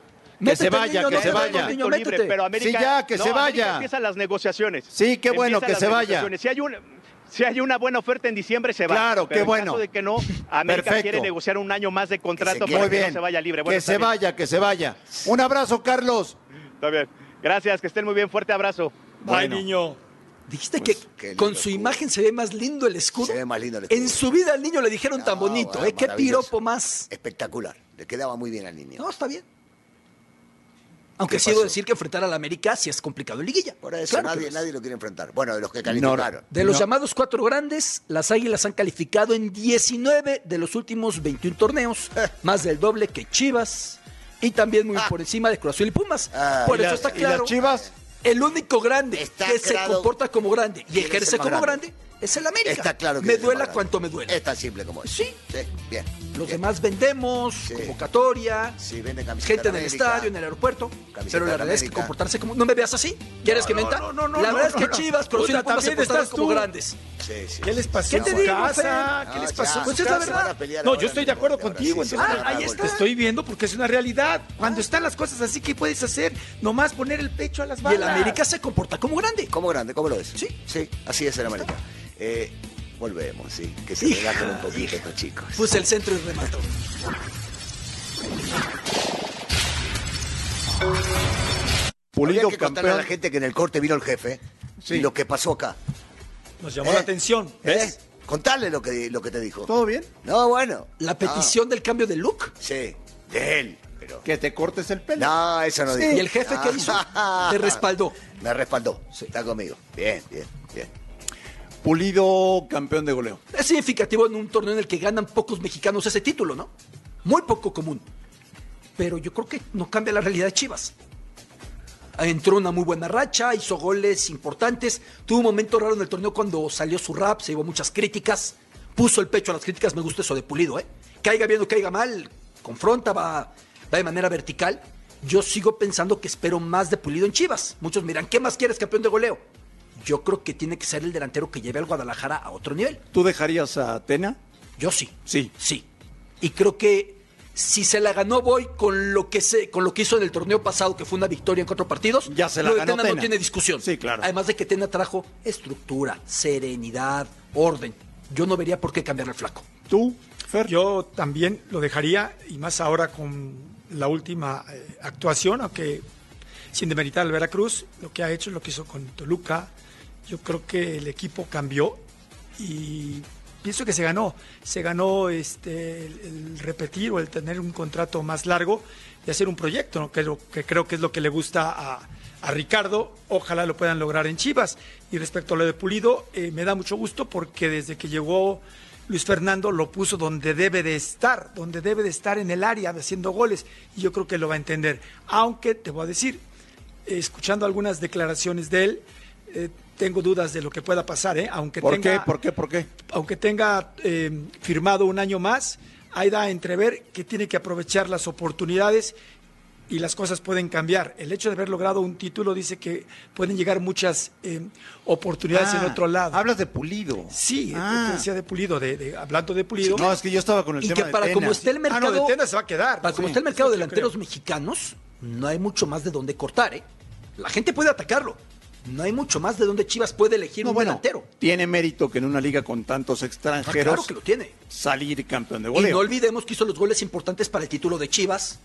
S3: Que se
S6: Métete,
S3: vaya,
S6: niño,
S3: que
S6: no
S3: se
S6: te
S3: vaya.
S6: vayas, niño,
S9: Elemento libre,
S6: métete.
S9: pero América,
S3: Sí, ya, que se
S9: América
S3: vaya.
S9: Empiezan las negociaciones.
S3: Sí, qué bueno,
S9: Empiezan
S3: que
S9: las
S3: se vaya.
S9: negociaciones. Si hay, un- si hay una buena oferta en diciembre, se va.
S3: Claro, qué
S9: Pero en
S3: bueno.
S9: caso de que no, América
S3: Perfecto.
S9: quiere negociar un año más de
S4: Que se
S9: contrato
S4: quede.
S9: para
S3: Muy
S9: que
S3: bien.
S9: no se vaya libre. Bueno,
S3: que
S9: está
S3: se
S9: bien,
S3: vaya, que se vaya. Un abrazo, Carlos.
S9: Está bien. Gracias, que estén muy bien. Fuerte abrazo.
S5: Bye,
S3: Bueno.
S5: niño.
S6: Dijiste
S3: Pues
S4: qué
S6: que
S4: lindo
S6: con su
S4: escudo.
S6: imagen se ve más lindo el escudo.
S4: Se ve más lindo el escudo.
S6: En su vida al niño le dijeron tan
S4: No,
S6: bonito,
S4: bueno,
S6: ¿eh? Qué
S4: maravilloso.
S6: piropo más.
S4: Espectacular. Le quedaba muy bien al niño.
S6: No, está bien. Aunque
S4: ¿Qué
S6: sí debo
S4: pasó?
S6: decir que enfrentar al América sí es complicado en liguilla.
S4: Por eso
S6: Claro que
S4: nadie,
S6: es.
S4: nadie lo quiere enfrentar. Bueno, de los que calificaron.
S6: De los
S3: No.
S6: llamados cuatro grandes, las Águilas han calificado en 19 de los últimos 21 torneos, más del doble que Chivas y también muy
S4: Eh. Ah.
S6: por encima de Cruz Azul y Pumas.
S4: Ah.
S6: por
S4: ¿Y
S6: eso
S4: las-
S6: está
S3: ¿Y las
S6: claro,
S3: chivas?
S6: el único grande
S4: Está
S6: que se
S4: claro
S6: comporta como grande y
S4: quién es
S6: ejerce
S4: el más
S6: como grande.
S4: grande.
S6: es el América.
S4: Está claro que
S6: me
S4: es el
S6: duela
S4: más grande.
S6: cuanto me duela.
S4: Es tan simple como eso.
S6: Sí.
S4: bien.
S6: Los
S4: bien.
S6: demás vendemos,
S4: Sí.
S6: convocatoria,
S4: Sí, vende camiseta
S6: gente en el
S4: América.
S6: estadio, en el aeropuerto.
S4: Camiseta
S6: pero la
S4: de
S6: realidad es que
S4: América.
S6: comportarse como. No me veas así. ¿Quieres que menta?
S5: no, no, no,
S6: La
S5: no,
S6: verdad
S5: no,
S6: es que
S5: no.
S6: Chivas, Cruz Azul
S5: Puta,
S6: y Pumas se
S5: también
S6: portaron
S5: estás
S6: como
S5: tú.
S6: grandes.
S4: Sí, sí,
S5: ¿Qué
S4: sí.
S5: les pasó
S6: ¿Qué te
S5: en su
S6: digo,
S5: casa?
S4: No,
S5: ¿Qué les
S4: ya,
S5: pasó en
S6: Pues
S5: su
S6: es la
S5: casa?
S6: verdad.
S5: No, yo estoy de acuerdo contigo.
S4: entonces.
S5: entonces,
S6: ahí está.
S5: Te estoy viendo porque es una realidad. Cuando están las cosas así, ¿qué puedes hacer? Nomás poner el pecho a las
S6: Y
S5: balas.
S6: el América se comporta como grande.
S4: ¿Cómo grande? ¿Cómo lo es?
S6: Sí.
S4: Sí, así es en América. Eh, volvemos, sí. Que se
S6: Hija,
S4: relajen un poquito estos chicos.
S6: Puse Pues el centro y remató.
S3: Pulido
S4: Habría que contarle a
S3: campeón.
S4: la gente que en el corte vino el jefe
S3: Sí.
S4: y lo que pasó acá.
S5: Nos llamó
S4: ¿Eh?
S5: la atención. ¿Ves?
S4: ¿Eh? Contarle lo que, lo que te dijo.
S3: ¿Todo bien?
S4: No, bueno.
S6: La
S4: No,
S6: petición del cambio de look.
S4: sí, de él. Pero...
S3: Que te cortes el pelo.
S4: No, eso no
S6: Sí.
S4: dijo.
S6: ¿Y el jefe qué hizo? Te respaldó.
S4: Me respaldó.
S6: Sí.
S4: Está conmigo. Bien, bien, bien.
S3: Pulido campeón de goleo.
S6: Es significativo en un torneo en el que ganan pocos mexicanos ese título, ¿no? Muy poco común. Pero yo creo que no cambia la realidad de Chivas. Entró una muy buena racha, hizo goles importantes. Tuvo un momento raro en el torneo cuando salió su rap, se llevó muchas críticas. Puso el pecho a las críticas, me gusta eso de Pulido, ¿eh? Caiga bien o caiga mal, confronta, va, va de manera vertical. Yo sigo pensando que espero más de Pulido en Chivas. Muchos miran, ¿qué más quieres, campeón de goleo? Yo creo que tiene que ser el delantero que lleve al Guadalajara a otro nivel.
S3: ¿Tú dejarías a Atena?
S6: Yo sí.
S3: Sí.
S6: Sí. Y creo que si se la ganó Boy con lo que se, con lo que hizo en el torneo pasado, que fue una victoria en cuatro partidos,
S3: Ya se la
S6: lo de
S3: ganó
S6: Tena no
S3: Tena.
S6: tiene discusión.
S3: Sí, claro.
S6: Además de que Tena trajo estructura, serenidad, orden. Yo no vería por qué cambiar al flaco.
S3: ¿Tú, Fer?
S5: Yo también lo dejaría, y más ahora con la última eh, actuación, aunque sin demeritar al Veracruz, lo que ha hecho, lo que hizo con Toluca, yo creo que el equipo cambió y pienso que se ganó, se ganó este el, el repetir o el tener un contrato más largo y hacer un proyecto, ¿no? que, es lo- que creo que es lo que le gusta a, a Ricardo, ojalá lo puedan lograr en Chivas. Y respecto a lo de Pulido, eh, me da mucho gusto porque desde que llegó Luis Fernando lo puso donde debe de estar, donde debe de estar en el área haciendo goles y yo creo que lo va a entender. Aunque te voy a decir, escuchando algunas declaraciones de él, eh, tengo dudas de lo que pueda pasar, ¿eh? aunque
S3: ¿Por
S5: tenga,
S3: qué? ¿Por qué? ¿Por qué?
S5: aunque tenga eh, firmado un año más, ahí da a entrever que tiene que aprovechar las oportunidades y las cosas pueden cambiar. El hecho de haber logrado un título dice que pueden llegar muchas eh, oportunidades en
S3: Ah,
S5: otro lado.
S3: Hablas de Pulido.
S5: Sí, eh,
S3: Ah.
S5: te decía de Pulido, de, de- hablando de Pulido.
S3: No, es que yo estaba con el
S6: Y
S3: tema
S6: que
S3: de
S6: para
S3: Tena.
S6: como esté el mercado,
S5: Ah, no, de Tena se va a quedar.
S6: para como
S5: Sí,
S6: está el mercado
S5: es
S6: de
S5: lo que
S6: delanteros
S5: creo.
S6: mexicanos, no hay mucho más de dónde cortar, ¿eh? La gente puede atacarlo. No hay mucho más de dónde Chivas puede elegir
S3: No,
S6: un
S3: bueno,
S6: delantero.
S3: tiene mérito que en una liga con tantos
S6: Ah,
S3: extranjeros
S6: claro que lo tiene.
S3: salir campeón de
S6: Y no
S3: goleo.
S6: olvidemos que hizo los goles importantes para el título de Chivas,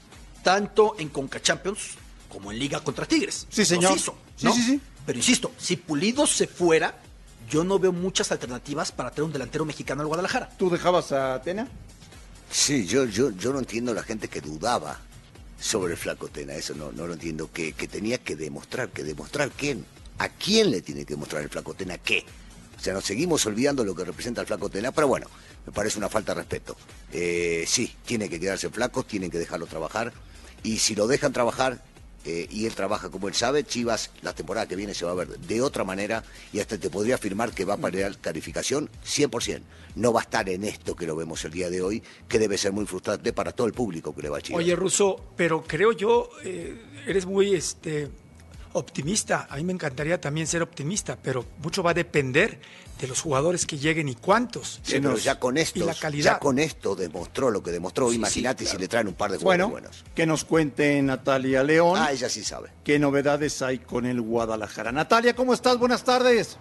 S6: tanto en Conca Champions como en Liga contra Tigres.
S3: Sí, señor.
S6: Los hizo, ¿no?
S3: Sí, sí, sí.
S6: Pero insisto, si Pulido se fuera, yo no veo muchas alternativas para traer un delantero mexicano al Guadalajara.
S3: ¿Tú dejabas a Atena?
S4: Sí, yo, yo, yo no entiendo la gente que dudaba sobre el flaco Tena, eso no, no lo entiendo, que, que tenía que demostrar, que demostrar quién, a quién le tiene que demostrar el flaco Tena qué. O sea, nos seguimos olvidando lo que representa el flaco Tena, pero bueno, me parece una falta de respeto. Eh, sí, tiene que quedarse flacos, tienen que dejarlo trabajar, y si lo dejan trabajar, eh, y él trabaja como él sabe, Chivas la temporada que viene se va a ver de otra manera y hasta te podría afirmar que va a parar calificación 100%. No va a estar en esto que lo vemos el día de hoy, que debe ser muy frustrante para todo el público que le va a Chivas.
S5: Oye, Russo, pero creo yo, eh, eres muy este, optimista. A mí me encantaría también ser optimista, pero mucho va a depender de los jugadores que lleguen y cuántos.
S4: Sí, pero ya con esto,
S5: y la calidad.
S4: ya con esto demostró lo que demostró. Imagínate si le traen un par de jugadores
S3: Bueno,
S4: buenos.
S3: que nos cuente Natalia León
S4: Ah, ella sí sabe.
S3: qué novedades hay con el Guadalajara. Natalia, ¿cómo estás? Buenas tardes.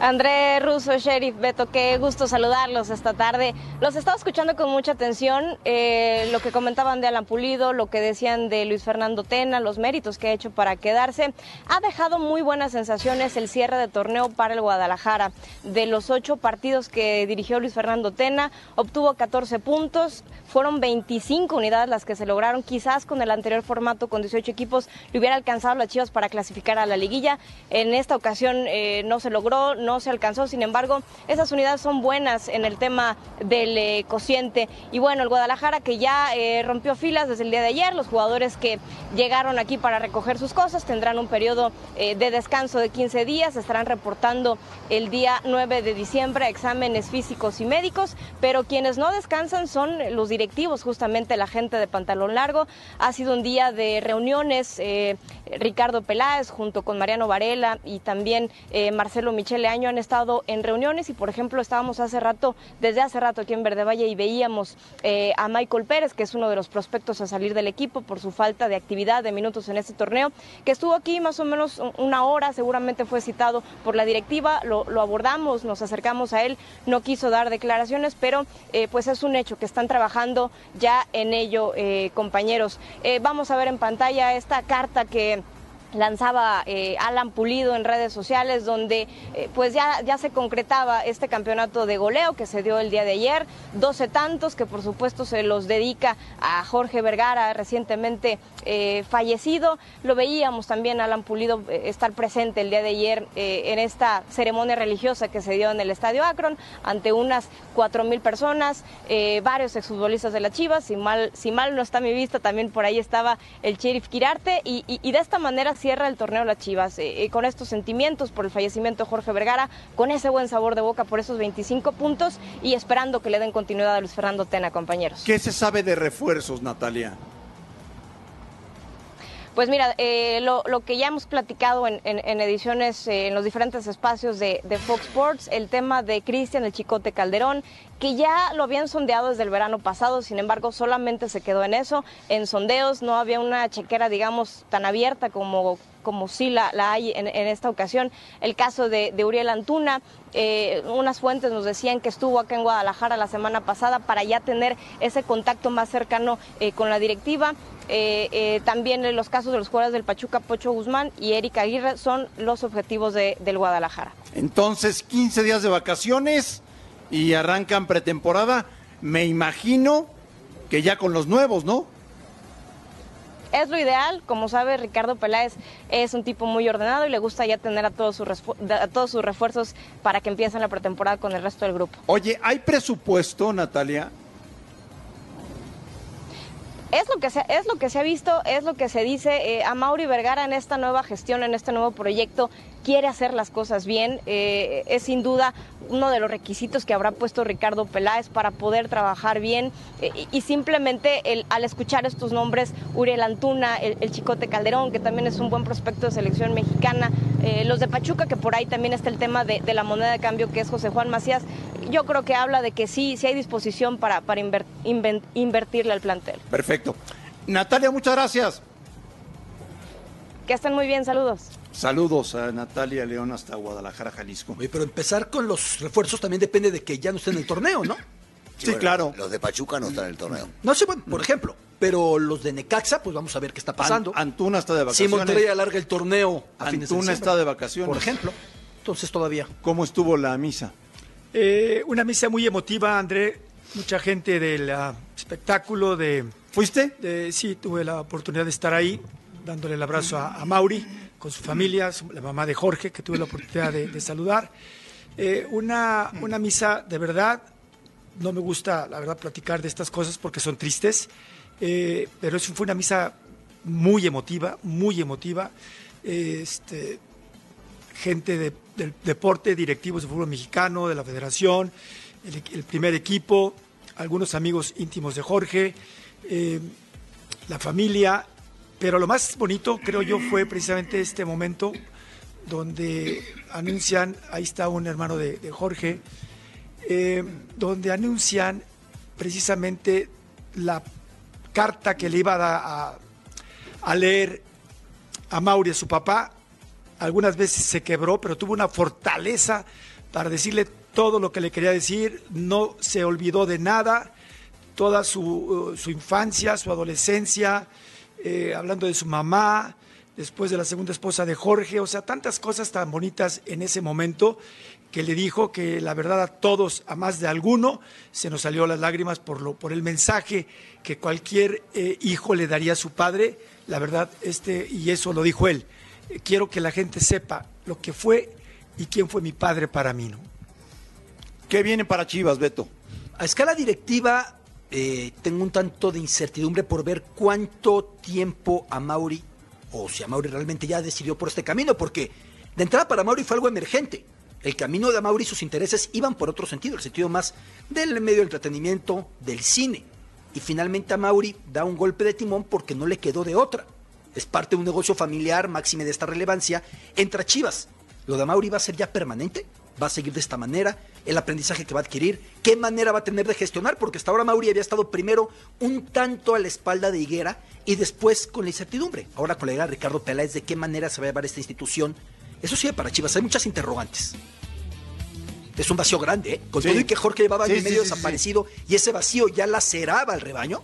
S10: André Russo, Sheriff, Beto, qué gusto saludarlos esta tarde. Los estaba escuchando con mucha atención eh, lo que comentaban de Alan Pulido, lo que decían de Luis Fernando Tena, los méritos que ha hecho para quedarse. Ha dejado muy buenas sensaciones el cierre de torneo para el Guadalajara. De los ocho partidos que dirigió Luis Fernando Tena, obtuvo 14 puntos, fueron 25 unidades las que se lograron. Quizás con el anterior formato, con 18 equipos, le hubiera alcanzado a las Chivas para clasificar a la liguilla. En esta ocasión eh, no se logró, no se alcanzó. Sin embargo, esas unidades son buenas en el tema del eh, cociente. Y bueno, el Guadalajara que ya eh, rompió filas desde el día de ayer, los jugadores que llegaron aquí para recoger sus cosas tendrán un periodo eh, de descanso de 15 días, estarán reportando el día 9 de diciembre a exámenes físicos y médicos, pero quienes no descansan son eh, los directivos, justamente la gente de pantalón largo. Ha sido un día de reuniones, eh, Ricardo Peláez junto con Mariano Varela y también eh, Marcelo Michele Año han estado en reuniones y por ejemplo estábamos hace rato, desde hace rato aquí en Verde Valle y veíamos eh, a Michael Pérez, que es uno de los prospectos a salir del equipo por su falta de actividad de minutos en este torneo, que estuvo aquí más o menos un- una hora, seguramente fue citado por la directiva, lo, lo abordamos, nos acercamos a él, no quiso dar declaraciones, pero eh, pues es un hecho que están trabajando ya en ello, eh, compañeros. Eh, vamos a ver en pantalla esta carta que lanzaba eh, Alan Pulido en redes sociales donde eh, pues ya, ya se concretaba este campeonato de goleo que se dio el día de ayer, 12 tantos que por supuesto se los dedica a Jorge Vergara recientemente eh, fallecido, lo veíamos también Alan Pulido eh, estar presente el día de ayer eh, en esta ceremonia religiosa que se dio en el Estadio Akron ante unas 4.000 personas, eh, varios exfutbolistas de la Chivas, si mal, si mal no está mi vista, también por ahí estaba el Sheriff Quirarte y, y- y de esta manera cierra el torneo las Chivas, eh, eh, con estos sentimientos por el fallecimiento de Jorge Vergara, con ese buen sabor de boca por esos 25 puntos y esperando que le den continuidad a Luis Fernando Tena, compañeros.
S3: ¿Qué se sabe de refuerzos, Natalia?
S10: Pues mira, eh, lo, lo que ya hemos platicado en, en- en ediciones, eh, en los diferentes espacios de, de Fox Sports, el tema de Cristian, el chicote Calderón, que ya lo habían sondeado desde el verano pasado, sin embargo, solamente se quedó en eso, en sondeos, no había una chequera, digamos, tan abierta como como sí la, la hay en, en esta ocasión. El caso de, de Uriel Antuna, eh, unas fuentes nos decían que estuvo acá en Guadalajara la semana pasada para ya tener ese contacto más cercano eh, con la directiva. Eh, eh, también en los casos de los jugadores del Pachuca, Pocho Guzmán y Erika Aguirre son los objetivos de- del Guadalajara.
S3: Entonces, 15 días de vacaciones y arrancan pretemporada. Me imagino que ya con los nuevos, ¿no?
S10: Es lo ideal, como sabe Ricardo Peláez es un tipo muy ordenado y le gusta ya tener a todos sus, resfu- a todos sus refuerzos para que empiecen la pretemporada con el resto del grupo.
S3: Oye, ¿hay presupuesto, Natalia?
S10: es lo que se, es lo que se ha visto, es lo que se dice. eh, a Mauri Vergara en esta nueva gestión, en este nuevo proyecto, quiere hacer las cosas bien. eh, es sin duda uno de los requisitos que habrá puesto Ricardo Peláez para poder trabajar bien. eh, y, y simplemente el- al escuchar estos nombres, Uriel Antuna, el, el Chicote Calderón, que también es un buen prospecto de selección mexicana, eh, los de Pachuca, que por ahí también está el tema de, de la moneda de cambio, que es José Juan Macías, yo creo que habla de que sí, sí hay disposición para, para inver- inven- invertirle al plantel.
S3: Perfecto. Natalia, muchas gracias.
S10: Que estén muy bien, saludos.
S3: Saludos a Natalia León hasta Guadalajara, Jalisco.
S6: Oye, pero empezar con los refuerzos también depende de que ya no esté en el torneo, ¿no?
S4: Sí,
S5: Sí,
S4: bueno,
S5: claro.
S4: Los de Pachuca no están en el torneo.
S6: No sé, bueno, por ejemplo. Pero los de Necaxa, pues vamos a ver qué está pasando.
S3: An- Antuna está de
S6: si
S3: vacaciones.
S6: Monterrey alarga el torneo a fines de
S3: Antuna
S6: diciembre,
S3: está de vacaciones.
S6: Por ejemplo. Entonces todavía.
S3: ¿Cómo estuvo la misa?
S5: Eh, una misa muy emotiva, André. Mucha gente del ah, espectáculo de,
S3: ¿Fuiste?
S5: de- Sí, tuve la oportunidad de estar ahí, dándole el abrazo a, a Mauri, con su familia, su- la mamá de Jorge, que tuve la oportunidad de, de saludar. Eh, una, una misa de verdad. No me gusta, la verdad, platicar de estas cosas porque son tristes, eh, pero eso fue una misa muy emotiva, muy emotiva. Este, gente de- del deporte, directivos de fútbol mexicano, de la federación, el, equ- el primer equipo, algunos amigos íntimos de Jorge, eh, la familia. Pero lo más bonito, creo yo, fue precisamente este momento donde anuncian, ahí está un hermano de, de Jorge, eh, donde anuncian precisamente la carta que le iba a, dar a- a leer a Mauri, a su papá, algunas veces se quebró, pero tuvo una fortaleza para decirle todo lo que le quería decir, no se olvidó de nada, toda su, eh, su infancia, su adolescencia, eh, hablando de su mamá, después de la segunda esposa de Jorge, o sea, tantas cosas tan bonitas en ese momento que le dijo que la verdad a todos, a más de alguno, se nos salió las lágrimas por, lo, por el mensaje que cualquier eh, hijo le daría a su padre, la verdad, este, y eso lo dijo él, eh, quiero que la gente sepa lo que fue y quién fue mi padre para mí, ¿no?
S3: ¿Qué viene para Chivas, Beto?
S6: A escala directiva, eh, tengo un tanto de incertidumbre por ver cuánto tiempo a Mauri, o si a Mauri realmente ya decidió por este camino, porque de entrada para Mauri fue algo emergente. El camino de Mauri y sus intereses iban por otro sentido, el sentido más del medio del entretenimiento, del cine. Y finalmente a Mauri da un golpe de timón porque no le quedó de otra. Es parte de un negocio familiar, máxime de esta relevancia, entra Chivas. ¿Lo de Mauri va a ser ya permanente? ¿Va a seguir de esta manera? ¿El aprendizaje que va a adquirir? ¿Qué manera va a tener de gestionar? Porque hasta ahora Mauri había estado primero un tanto a la espalda de Higuera y después con la incertidumbre. Ahora con la llegada de Ricardo Peláez, ¿de qué manera se va a llevar esta institución? Eso sí, para Chivas hay muchas interrogantes. Es un vacío grande, ¿eh? Con
S3: Sí.
S6: todo y que Jorge llevaba
S3: Sí,
S6: año y
S3: sí,
S6: medio
S3: sí, sí.
S6: desaparecido y ese vacío ya laceraba al rebaño.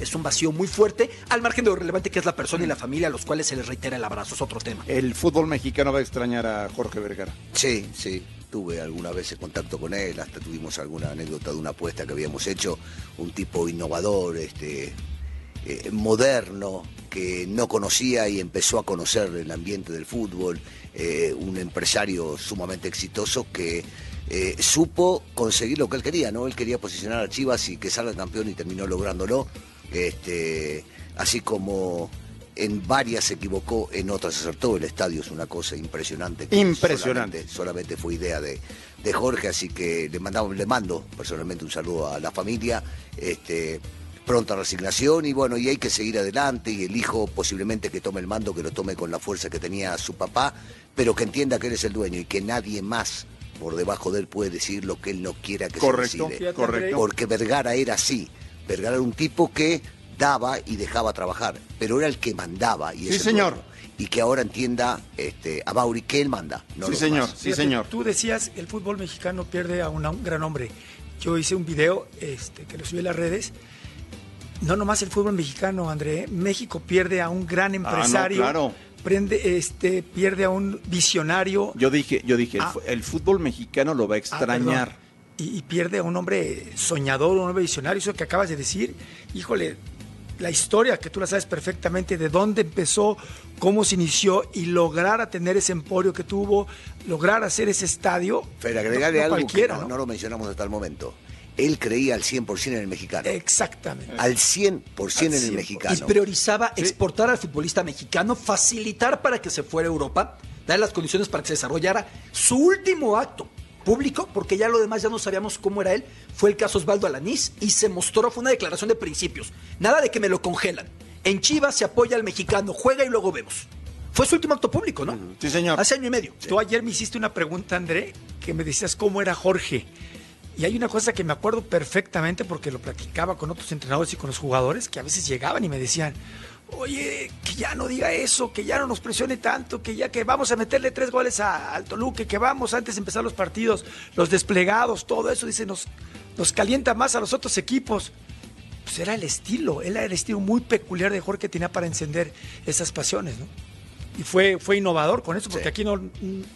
S6: Es un vacío muy fuerte, al margen de lo relevante que es la persona y la familia a los cuales se les reitera el abrazo. Es otro tema.
S3: El fútbol mexicano va a extrañar a Jorge Vergara.
S4: Sí, sí. Tuve algunas veces contacto con él, hasta tuvimos alguna anécdota de una apuesta que habíamos hecho. Un tipo innovador, este, eh, moderno, que no conocía y empezó a conocer el ambiente del fútbol. eh, un empresario sumamente exitoso que eh, supo conseguir lo que él quería, ¿no? Él quería posicionar a Chivas y que salga campeón y terminó lográndolo. Este, así como en varias se equivocó, en otras acertó. El estadio es una cosa impresionante. que
S3: Impresionante.
S4: solamente- solamente fue idea de, de Jorge, así que le mandamos, le mando personalmente un saludo a la familia, este, pronta resignación y bueno, y hay que seguir adelante y el hijo posiblemente que tome el mando, que lo tome con la fuerza que tenía su papá, pero que entienda que él es el dueño y que nadie más por debajo de él puede decir lo que él no quiera que
S3: Correcto,
S4: se decide
S3: correcto.
S4: porque Vergara era así. Vergara era un tipo que daba y dejaba trabajar, pero era el que mandaba. Y es
S3: Sí,
S4: el
S3: señor.
S4: dueño. Y que ahora entienda este, a Mauri que él manda. No
S3: sí,
S4: los
S3: señor,
S4: demás.
S3: sí,
S5: Fíjate,
S3: señor.
S5: Tú decías, el fútbol mexicano pierde a un, a un gran hombre. Yo hice un video este, que lo subí a las redes. No nomás el fútbol mexicano, André. México pierde a un gran
S3: Ah, no,
S5: empresario.
S3: claro.
S5: Prende, este, pierde a un visionario.
S3: Yo dije, yo dije, el
S5: Ah.
S3: fu- el, fútbol mexicano lo va a
S5: Ah,
S3: extrañar.
S5: perdón. y, y pierde a un hombre soñador, un hombre visionario. Eso que acabas de decir, híjole, la historia que tú la sabes perfectamente, de dónde empezó, cómo se inició y lograr a tener ese emporio que tuvo, lograr hacer ese estadio.
S4: Pero agregarle
S5: no- no
S4: algo que
S5: cualquiera,
S4: no,
S5: ¿no?
S4: no lo mencionamos hasta el momento. Él creía al 100% en el mexicano.
S5: Exactamente.
S4: al 100%
S5: Al
S4: en
S5: 100%.
S4: el
S6: Y
S4: mexicano.
S6: priorizaba exportar al futbolista mexicano, facilitar para que se fuera a Europa, dar las condiciones para que se desarrollara su último acto público, porque ya lo demás ya no sabíamos cómo era él, fue el caso Osvaldo Alanís y se mostró, fue una declaración de principios, nada de que me lo congelan. En Chivas se apoya al mexicano, juega y luego vemos. Fue su último acto público, ¿no?
S3: Sí, señor.
S6: Hace año y medio.
S5: Tú ayer me hiciste una pregunta, André, que me decías cómo era Jorge. Y hay una cosa que me acuerdo perfectamente porque lo platicaba con otros entrenadores y con los jugadores que a veces llegaban y me decían, oye, que ya no diga eso, que ya no nos presione tanto, que ya que vamos a meterle tres goles a, al Toluca, que vamos antes de empezar los partidos, los desplegados, todo eso, dice, nos, nos calienta más a los otros equipos. Pues era el estilo, era el estilo muy peculiar de Jorge que tenía para encender esas pasiones, ¿no? Y fue, fue innovador con eso, porque
S4: Sí.
S5: aquí no,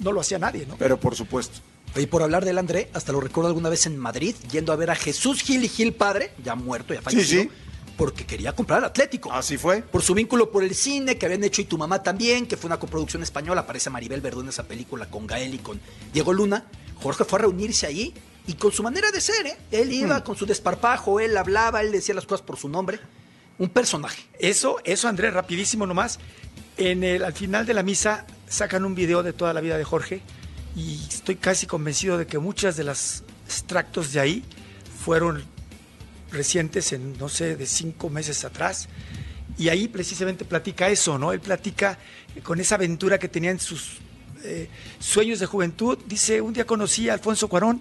S5: no lo hacía nadie, ¿no?
S3: Pero por supuesto.
S6: Y por hablar del André, hasta lo recuerdo alguna vez en Madrid, yendo a ver a Jesús Gil y Gil padre, ya muerto, ya fallecido,
S3: sí.
S6: porque quería comprar al Atlético.
S3: Así fue.
S6: Por su vínculo por el cine que habían hecho y tu mamá también, que fue una coproducción española, aparece Maribel Verdú en esa película con Gael y con Diego Luna. Jorge fue a reunirse ahí y con su manera de ser, ¿eh? él
S3: Mm.
S6: iba con su desparpajo, él hablaba, él decía las cosas por su nombre. Un personaje.
S5: Eso, eso, Andrés, rapidísimo nomás. En el, al final de la misa sacan un video de toda la vida de Jorge y estoy casi convencido de que muchas de las extractos de ahí fueron recientes, en no sé, de cinco meses atrás. Y ahí precisamente platica eso, ¿no? Él platica con esa aventura que tenía en sus eh, sueños de juventud. Dice, un día conocí a Alfonso Cuarón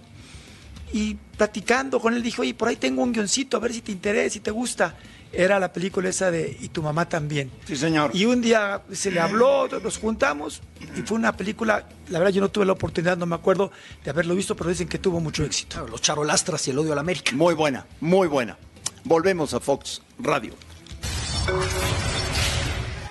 S5: y platicando con él dijo, oye, por ahí tengo un guioncito, a ver si te interesa, si te gusta. Era la película esa de Y tu mamá también.
S3: Sí, señor.
S5: Y un día se le habló, nos juntamos y fue una película, la verdad yo no tuve la oportunidad, no me acuerdo de haberlo visto, pero dicen que tuvo mucho éxito.
S6: Claro, los charolastras y el odio a la América.
S3: Muy buena, muy buena. Volvemos a Fox Radio.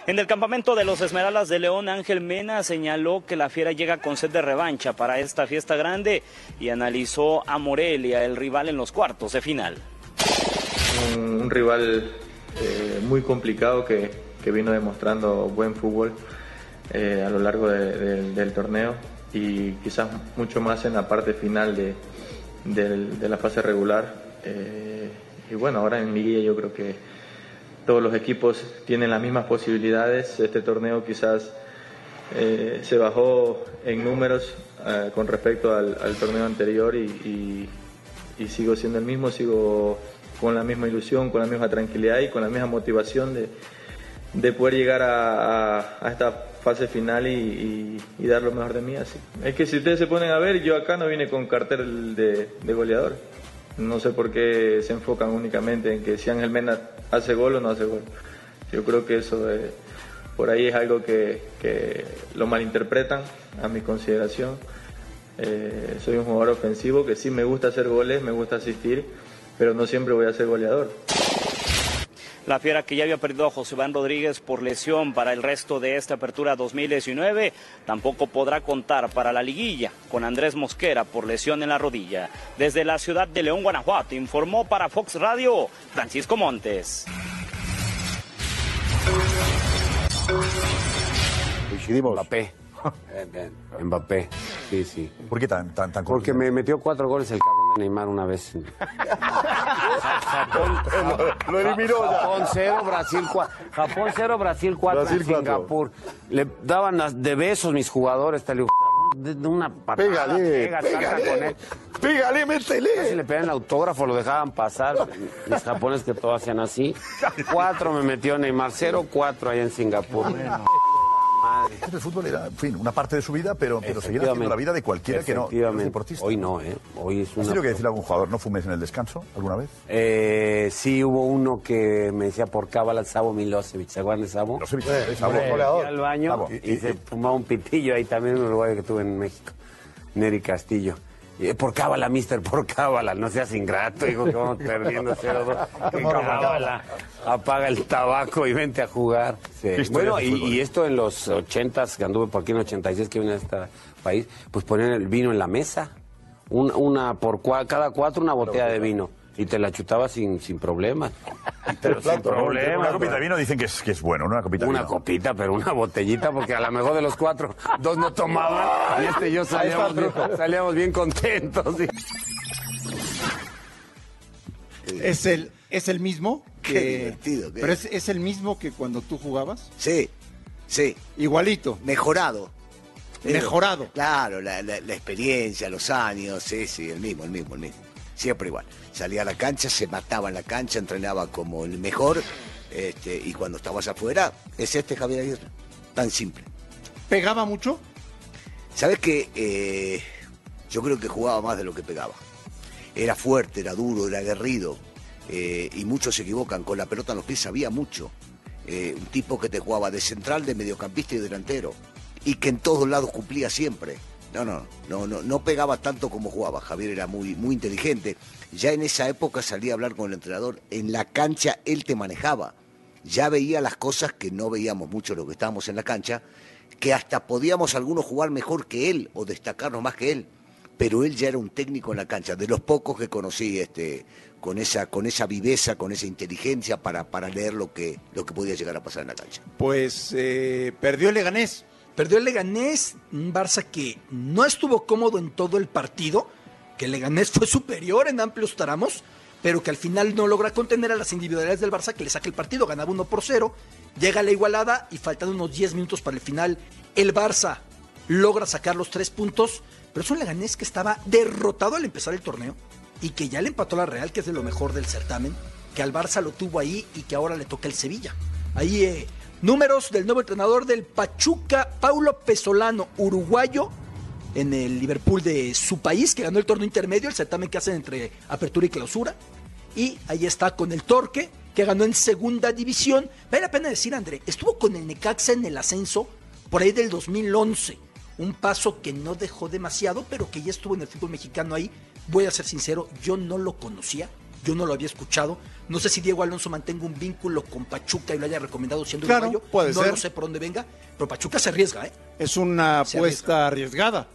S11: En el campamento de los Esmeraldas de León, Ángel Mena señaló que la fiera llega con sed de revancha para esta fiesta grande y analizó a Morelia, el rival en los cuartos de final.
S12: un, un rival eh, muy complicado que, que vino demostrando buen fútbol eh, a lo largo de- de- del torneo y quizás mucho más en la parte final de, del- de la fase regular. Eh, y bueno, ahora en Liguilla yo creo que todos los equipos tienen las mismas posibilidades. Este torneo quizás eh, se bajó en números eh, con respecto al, al torneo anterior y, y- y sigo siendo el mismo, sigo con la misma ilusión, con la misma tranquilidad y con la misma motivación de, de poder llegar a, a- a esta fase final y, y- y dar lo mejor de mí. Así. Es que si ustedes se ponen a ver, yo acá no vine con cartel de, de goleador. No sé por qué se enfocan únicamente en que si Ángel Mena hace gol o no hace gol. Yo creo que eso eh, por ahí es algo que, que lo malinterpretan a mi consideración. Eh, soy un jugador ofensivo que sí me gusta hacer goles, me gusta asistir, pero no siempre voy a ser goleador.
S11: La fiera que ya había perdido a José Iván Rodríguez por lesión para el resto de esta apertura 2019 tampoco podrá contar para la liguilla con Andrés Mosquera por lesión en la rodilla. Desde la ciudad de León, Guanajuato, informó para Fox Radio Francisco Montes.
S5: pues,
S13: Coincidimos. Mbappé. Mbappé. Sí, sí.
S14: ¿Por qué tan, tan, tan
S13: Porque me metió cuatro goles el cabrón de Neymar una vez.
S14: Lo eliminó ya.
S13: Japón 0, Brasil 4. Japón 0, Brasil 4 en
S14: Brasil cuatro.
S13: Singapur. Le daban las de besos mis jugadores. Te le digo, "Cabrón, de de una patada.
S14: Pégale,
S13: pega, salta
S14: pégale.
S13: con él.
S14: Pégale, métele.
S13: Casi le pegan el autógrafo, lo dejaban pasar. Los japoneses que todos hacían así. Cuatro me metió Neymar, cero, cuatro allá en Singapur.
S14: El fútbol era, en fin, una parte de su vida, pero, pero seguía haciendo la vida de cualquiera que no.
S13: Efectivamente. Hoy no, ¿eh? Hoy es
S14: ¿Has
S13: una
S14: tenido que decirle a algún jugador, no fumes en el descanso alguna vez?
S13: Eh, sí, hubo uno que me decía por cábala Sabo Milosevic. ¿Se acuerdan de Sabo?
S14: Milosevic,
S13: Eh,
S14: Sabo,
S13: me
S14: goleador.
S13: metí al baño
S14: Sabo.
S13: y, y se fumaba un pitillo ahí también en un uruguayo que tuve en México, Neri Castillo. Y, eh, por cábala, mister, por cábala. No seas ingrato, hijo, que vamos perdiendo 0-2. Que cábala. Apaga el tabaco y vente a jugar. Sí.
S14: Qué historia
S13: Bueno,
S14: de
S13: y,
S14: fútbol,
S13: y esto en los 80s, que anduve por aquí en 86, que vine a este país, pues ponían el vino en la mesa. Un- una por cua- cada cuatro una botella de vino. Y te la chutaba sin, sin problemas. Pero sin
S14: Una
S13: problemas.
S14: copita de vino dicen que es, que es bueno, ¿no? Una copita de
S13: Una
S14: vino.
S13: copita, pero una botellita, porque a lo mejor de los cuatro, dos no tomaban. Y este y yo salíamos bien, salíamos bien contentos. sí.
S3: Es el, es el mismo que.
S4: Qué divertido que
S3: Pero
S4: es.
S3: es, es el mismo que cuando tú jugabas.
S4: Sí, sí.
S3: Igualito. Eh,
S4: Mejorado. Pero,
S3: Mejorado.
S4: Claro, la, la- la experiencia, los años, sí, sí, el mismo, el mismo, el mismo. Siempre igual. Salía a la cancha, se mataba en la cancha, entrenaba como el mejor. este, y cuando estabas afuera, es este Javier Aguirre. Tan simple.
S3: ¿Pegaba mucho?
S4: ¿Sabes que Eh, yo creo que jugaba más de lo que pegaba. Era fuerte, era duro, era aguerrido. eh, y muchos se equivocan. Con la pelota en los pies sabía mucho. eh, un tipo que te jugaba de central, de mediocampista y delantero, y que en todos lados cumplía siempre. No, no, no, no, no pegaba tanto como jugaba. Javier era muy, muy inteligente. Ya en esa época salía a hablar con el entrenador. En la cancha él te manejaba. Ya veía las cosas que no veíamos mucho los que estábamos en la cancha, que hasta podíamos algunos jugar mejor que él o destacarnos más que él. Pero él ya era un técnico en la cancha, de los pocos que conocí este, con esa, con esa viveza, con esa inteligencia para, para leer lo que, lo que podía llegar a pasar en la cancha.
S3: Pues eh, perdió el Leganés.
S6: Perdió el Leganés, un Barça que no estuvo cómodo en todo el partido, que el Leganés fue superior en amplios tramos, pero que al final no logra contener a las individualidades del Barça que le saca el partido, ganaba 1 por 0, llega la igualada y faltando unos 10 minutos para el final, el Barça logra sacar los tres puntos, pero es un Leganés que estaba derrotado al empezar el torneo y que ya le empató a la Real, que es de lo mejor del certamen, que al Barça lo tuvo ahí y que ahora le toca el Sevilla. Ahí eh, números del nuevo entrenador del Pachuca, Paulo Pesolano, uruguayo, en el Liverpool de su país, que ganó el torneo intermedio, el certamen que hacen entre apertura y clausura. Y ahí está con el Torque, que ganó en segunda división. Vale la pena decir, André, estuvo con el Necaxa en el ascenso por ahí del 2011 un paso que no dejó demasiado, pero que ya estuvo en el fútbol mexicano ahí. Voy a ser sincero, yo no lo conocía, yo no lo había escuchado. No sé si Diego Alonso mantenga un vínculo con Pachuca y lo haya recomendado siendo
S3: Claro,
S6: uruguayo.
S3: puede
S6: no
S3: ser.
S6: lo sé por dónde venga, pero Pachuca se arriesga, ¿eh?
S3: Es una
S6: Se
S3: apuesta arriesgada.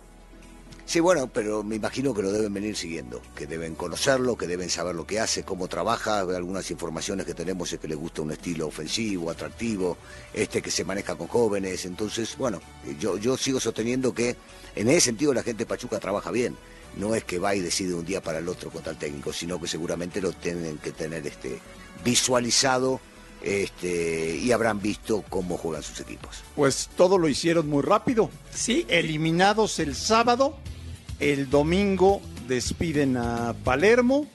S4: Sí, bueno, pero me imagino que lo deben venir siguiendo, que deben conocerlo, que deben saber lo que hace, cómo trabaja, algunas informaciones que tenemos es que le gusta un estilo ofensivo, atractivo, este que se maneja con jóvenes, entonces, bueno, yo, yo sigo sosteniendo que en ese sentido la gente de Pachuca trabaja bien, no es que va y decide un día para el otro con tal técnico, sino que seguramente lo tienen que tener este, visualizado este, y habrán visto cómo juegan sus equipos.
S3: Pues todo lo hicieron muy rápido. Sí. Eliminados el sábado, el domingo despiden a Palermo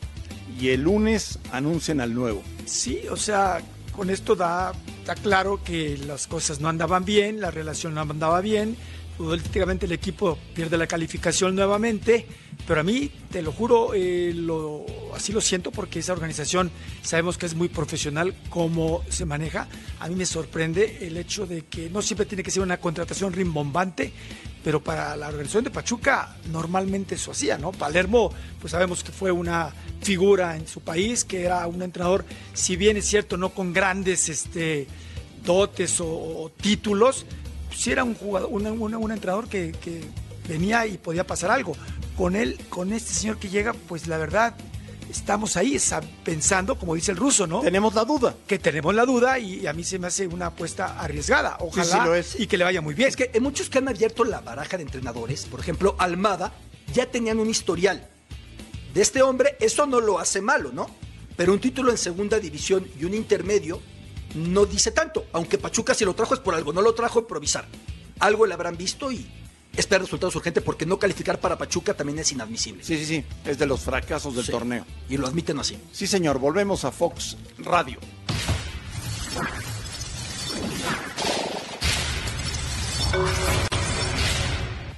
S3: y el lunes anuncian al nuevo.
S5: Sí, o sea, con esto da, da claro que las cosas no andaban bien, la relación no andaba bien, futbolísticamente el equipo pierde la calificación nuevamente, pero a mí, te lo juro, eh, lo, así lo siento porque esa organización sabemos que es muy profesional cómo se maneja. A mí me sorprende el hecho de que no siempre tiene que ser una contratación rimbombante, pero para la organización de Pachuca normalmente eso hacía, ¿no? Palermo, pues sabemos que fue una figura en su país, que era un entrenador, si bien es cierto, no con grandes este, dotes o, o títulos, si era un jugador, un, un- un entrenador que, que venía y podía pasar algo. Con él, con este señor que llega, pues la verdad, estamos ahí sa- pensando, como dice el ruso, ¿no?
S3: Tenemos la duda.
S5: Que tenemos la duda y, a mí se me hace una apuesta arriesgada. Ojalá
S6: sí lo
S5: y que le vaya muy bien.
S6: Es que hay muchos que han abierto la baraja de entrenadores, por ejemplo, Almada, ya tenían un historial. De este hombre, eso no lo hace malo, ¿no? Pero un título en segunda división y un intermedio no dice tanto. Aunque Pachuca si lo trajo es por algo, no lo trajo a improvisar. Algo le habrán visto y esperar resultados urgentes porque no calificar para Pachuca también es inadmisible.
S3: Sí, sí, sí, es de los fracasos del torneo.
S6: Y lo admiten así.
S3: Sí, señor, volvemos a Fox Radio.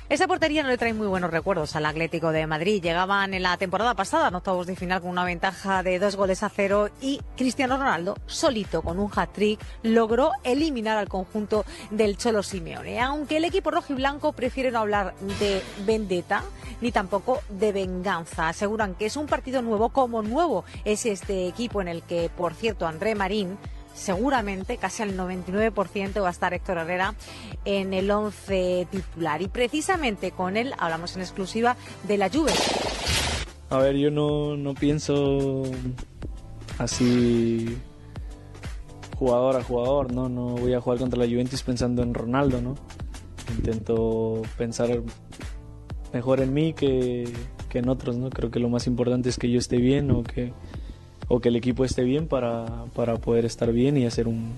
S15: Esa portería no le trae muy buenos recuerdos al Atlético de Madrid. Llegaban en la temporada pasada, en octavos de final, con una ventaja de dos goles a cero y Cristiano Ronaldo, solito con un hat-trick, logró eliminar al conjunto del Cholo Simeone. Aunque el equipo rojiblanco prefiere no hablar de vendetta ni tampoco de venganza. Aseguran que es un partido nuevo, como nuevo es este equipo en el que, por cierto, André Marín seguramente casi al 99% va a estar Héctor Herrera en el 11 titular. Y precisamente con él hablamos en exclusiva de la Juve.
S16: A ver, yo no, no pienso así jugador a jugador, ¿no? No voy a jugar contra la Juventus pensando en Ronaldo, ¿no? Intento pensar mejor en mí que, que en otros, ¿no? Creo que lo más importante es que yo esté bien o que, o que el equipo esté bien para, para poder estar bien y hacer un,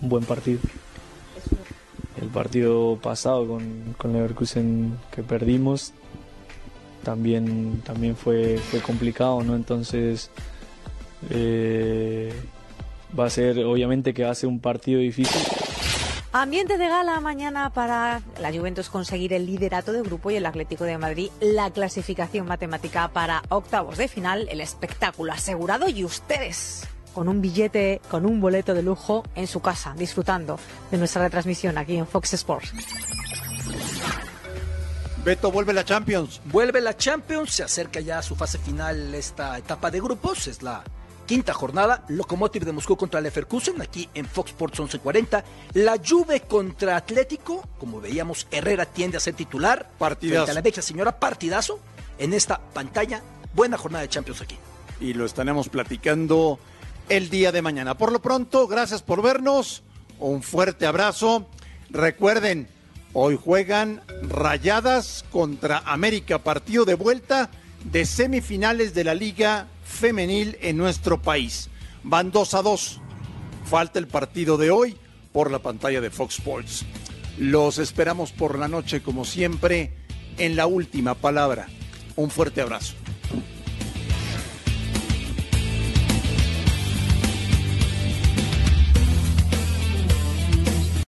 S16: un buen partido. El partido pasado con, con Leverkusen que perdimos también, también fue, fue complicado, ¿no? Entonces eh, va a ser, obviamente que va a ser un partido difícil.
S15: Ambiente de gala mañana para la Juventus conseguir el liderato de grupo y el Atlético de Madrid la clasificación matemática para octavos de final, el espectáculo asegurado y ustedes con un billete, con un boleto de lujo en su casa, disfrutando de nuestra retransmisión aquí en Fox Sports.
S3: Beto, vuelve la Champions.
S6: Vuelve la Champions, se acerca ya a su fase final esta etapa de grupos, es la quinta jornada, Lokomotiv de Moscú contra Leverkusen, aquí en Fox Sports 1140, la Juve contra Atlético, como veíamos, Herrera tiende a ser titular,
S3: Partidazo.
S6: frente a la vieja señora, partidazo, en esta pantalla, buena jornada de Champions aquí.
S3: Y lo estaremos platicando el día de mañana. Por lo pronto, gracias por vernos. Un fuerte abrazo. Recuerden, hoy juegan Rayadas contra América, partido de vuelta de semifinales de la Liga Femenil en nuestro país. Van 2 a 2. Falta el partido de hoy por la pantalla de Fox Sports. Los esperamos por la noche, como siempre, en la última palabra. Un fuerte abrazo.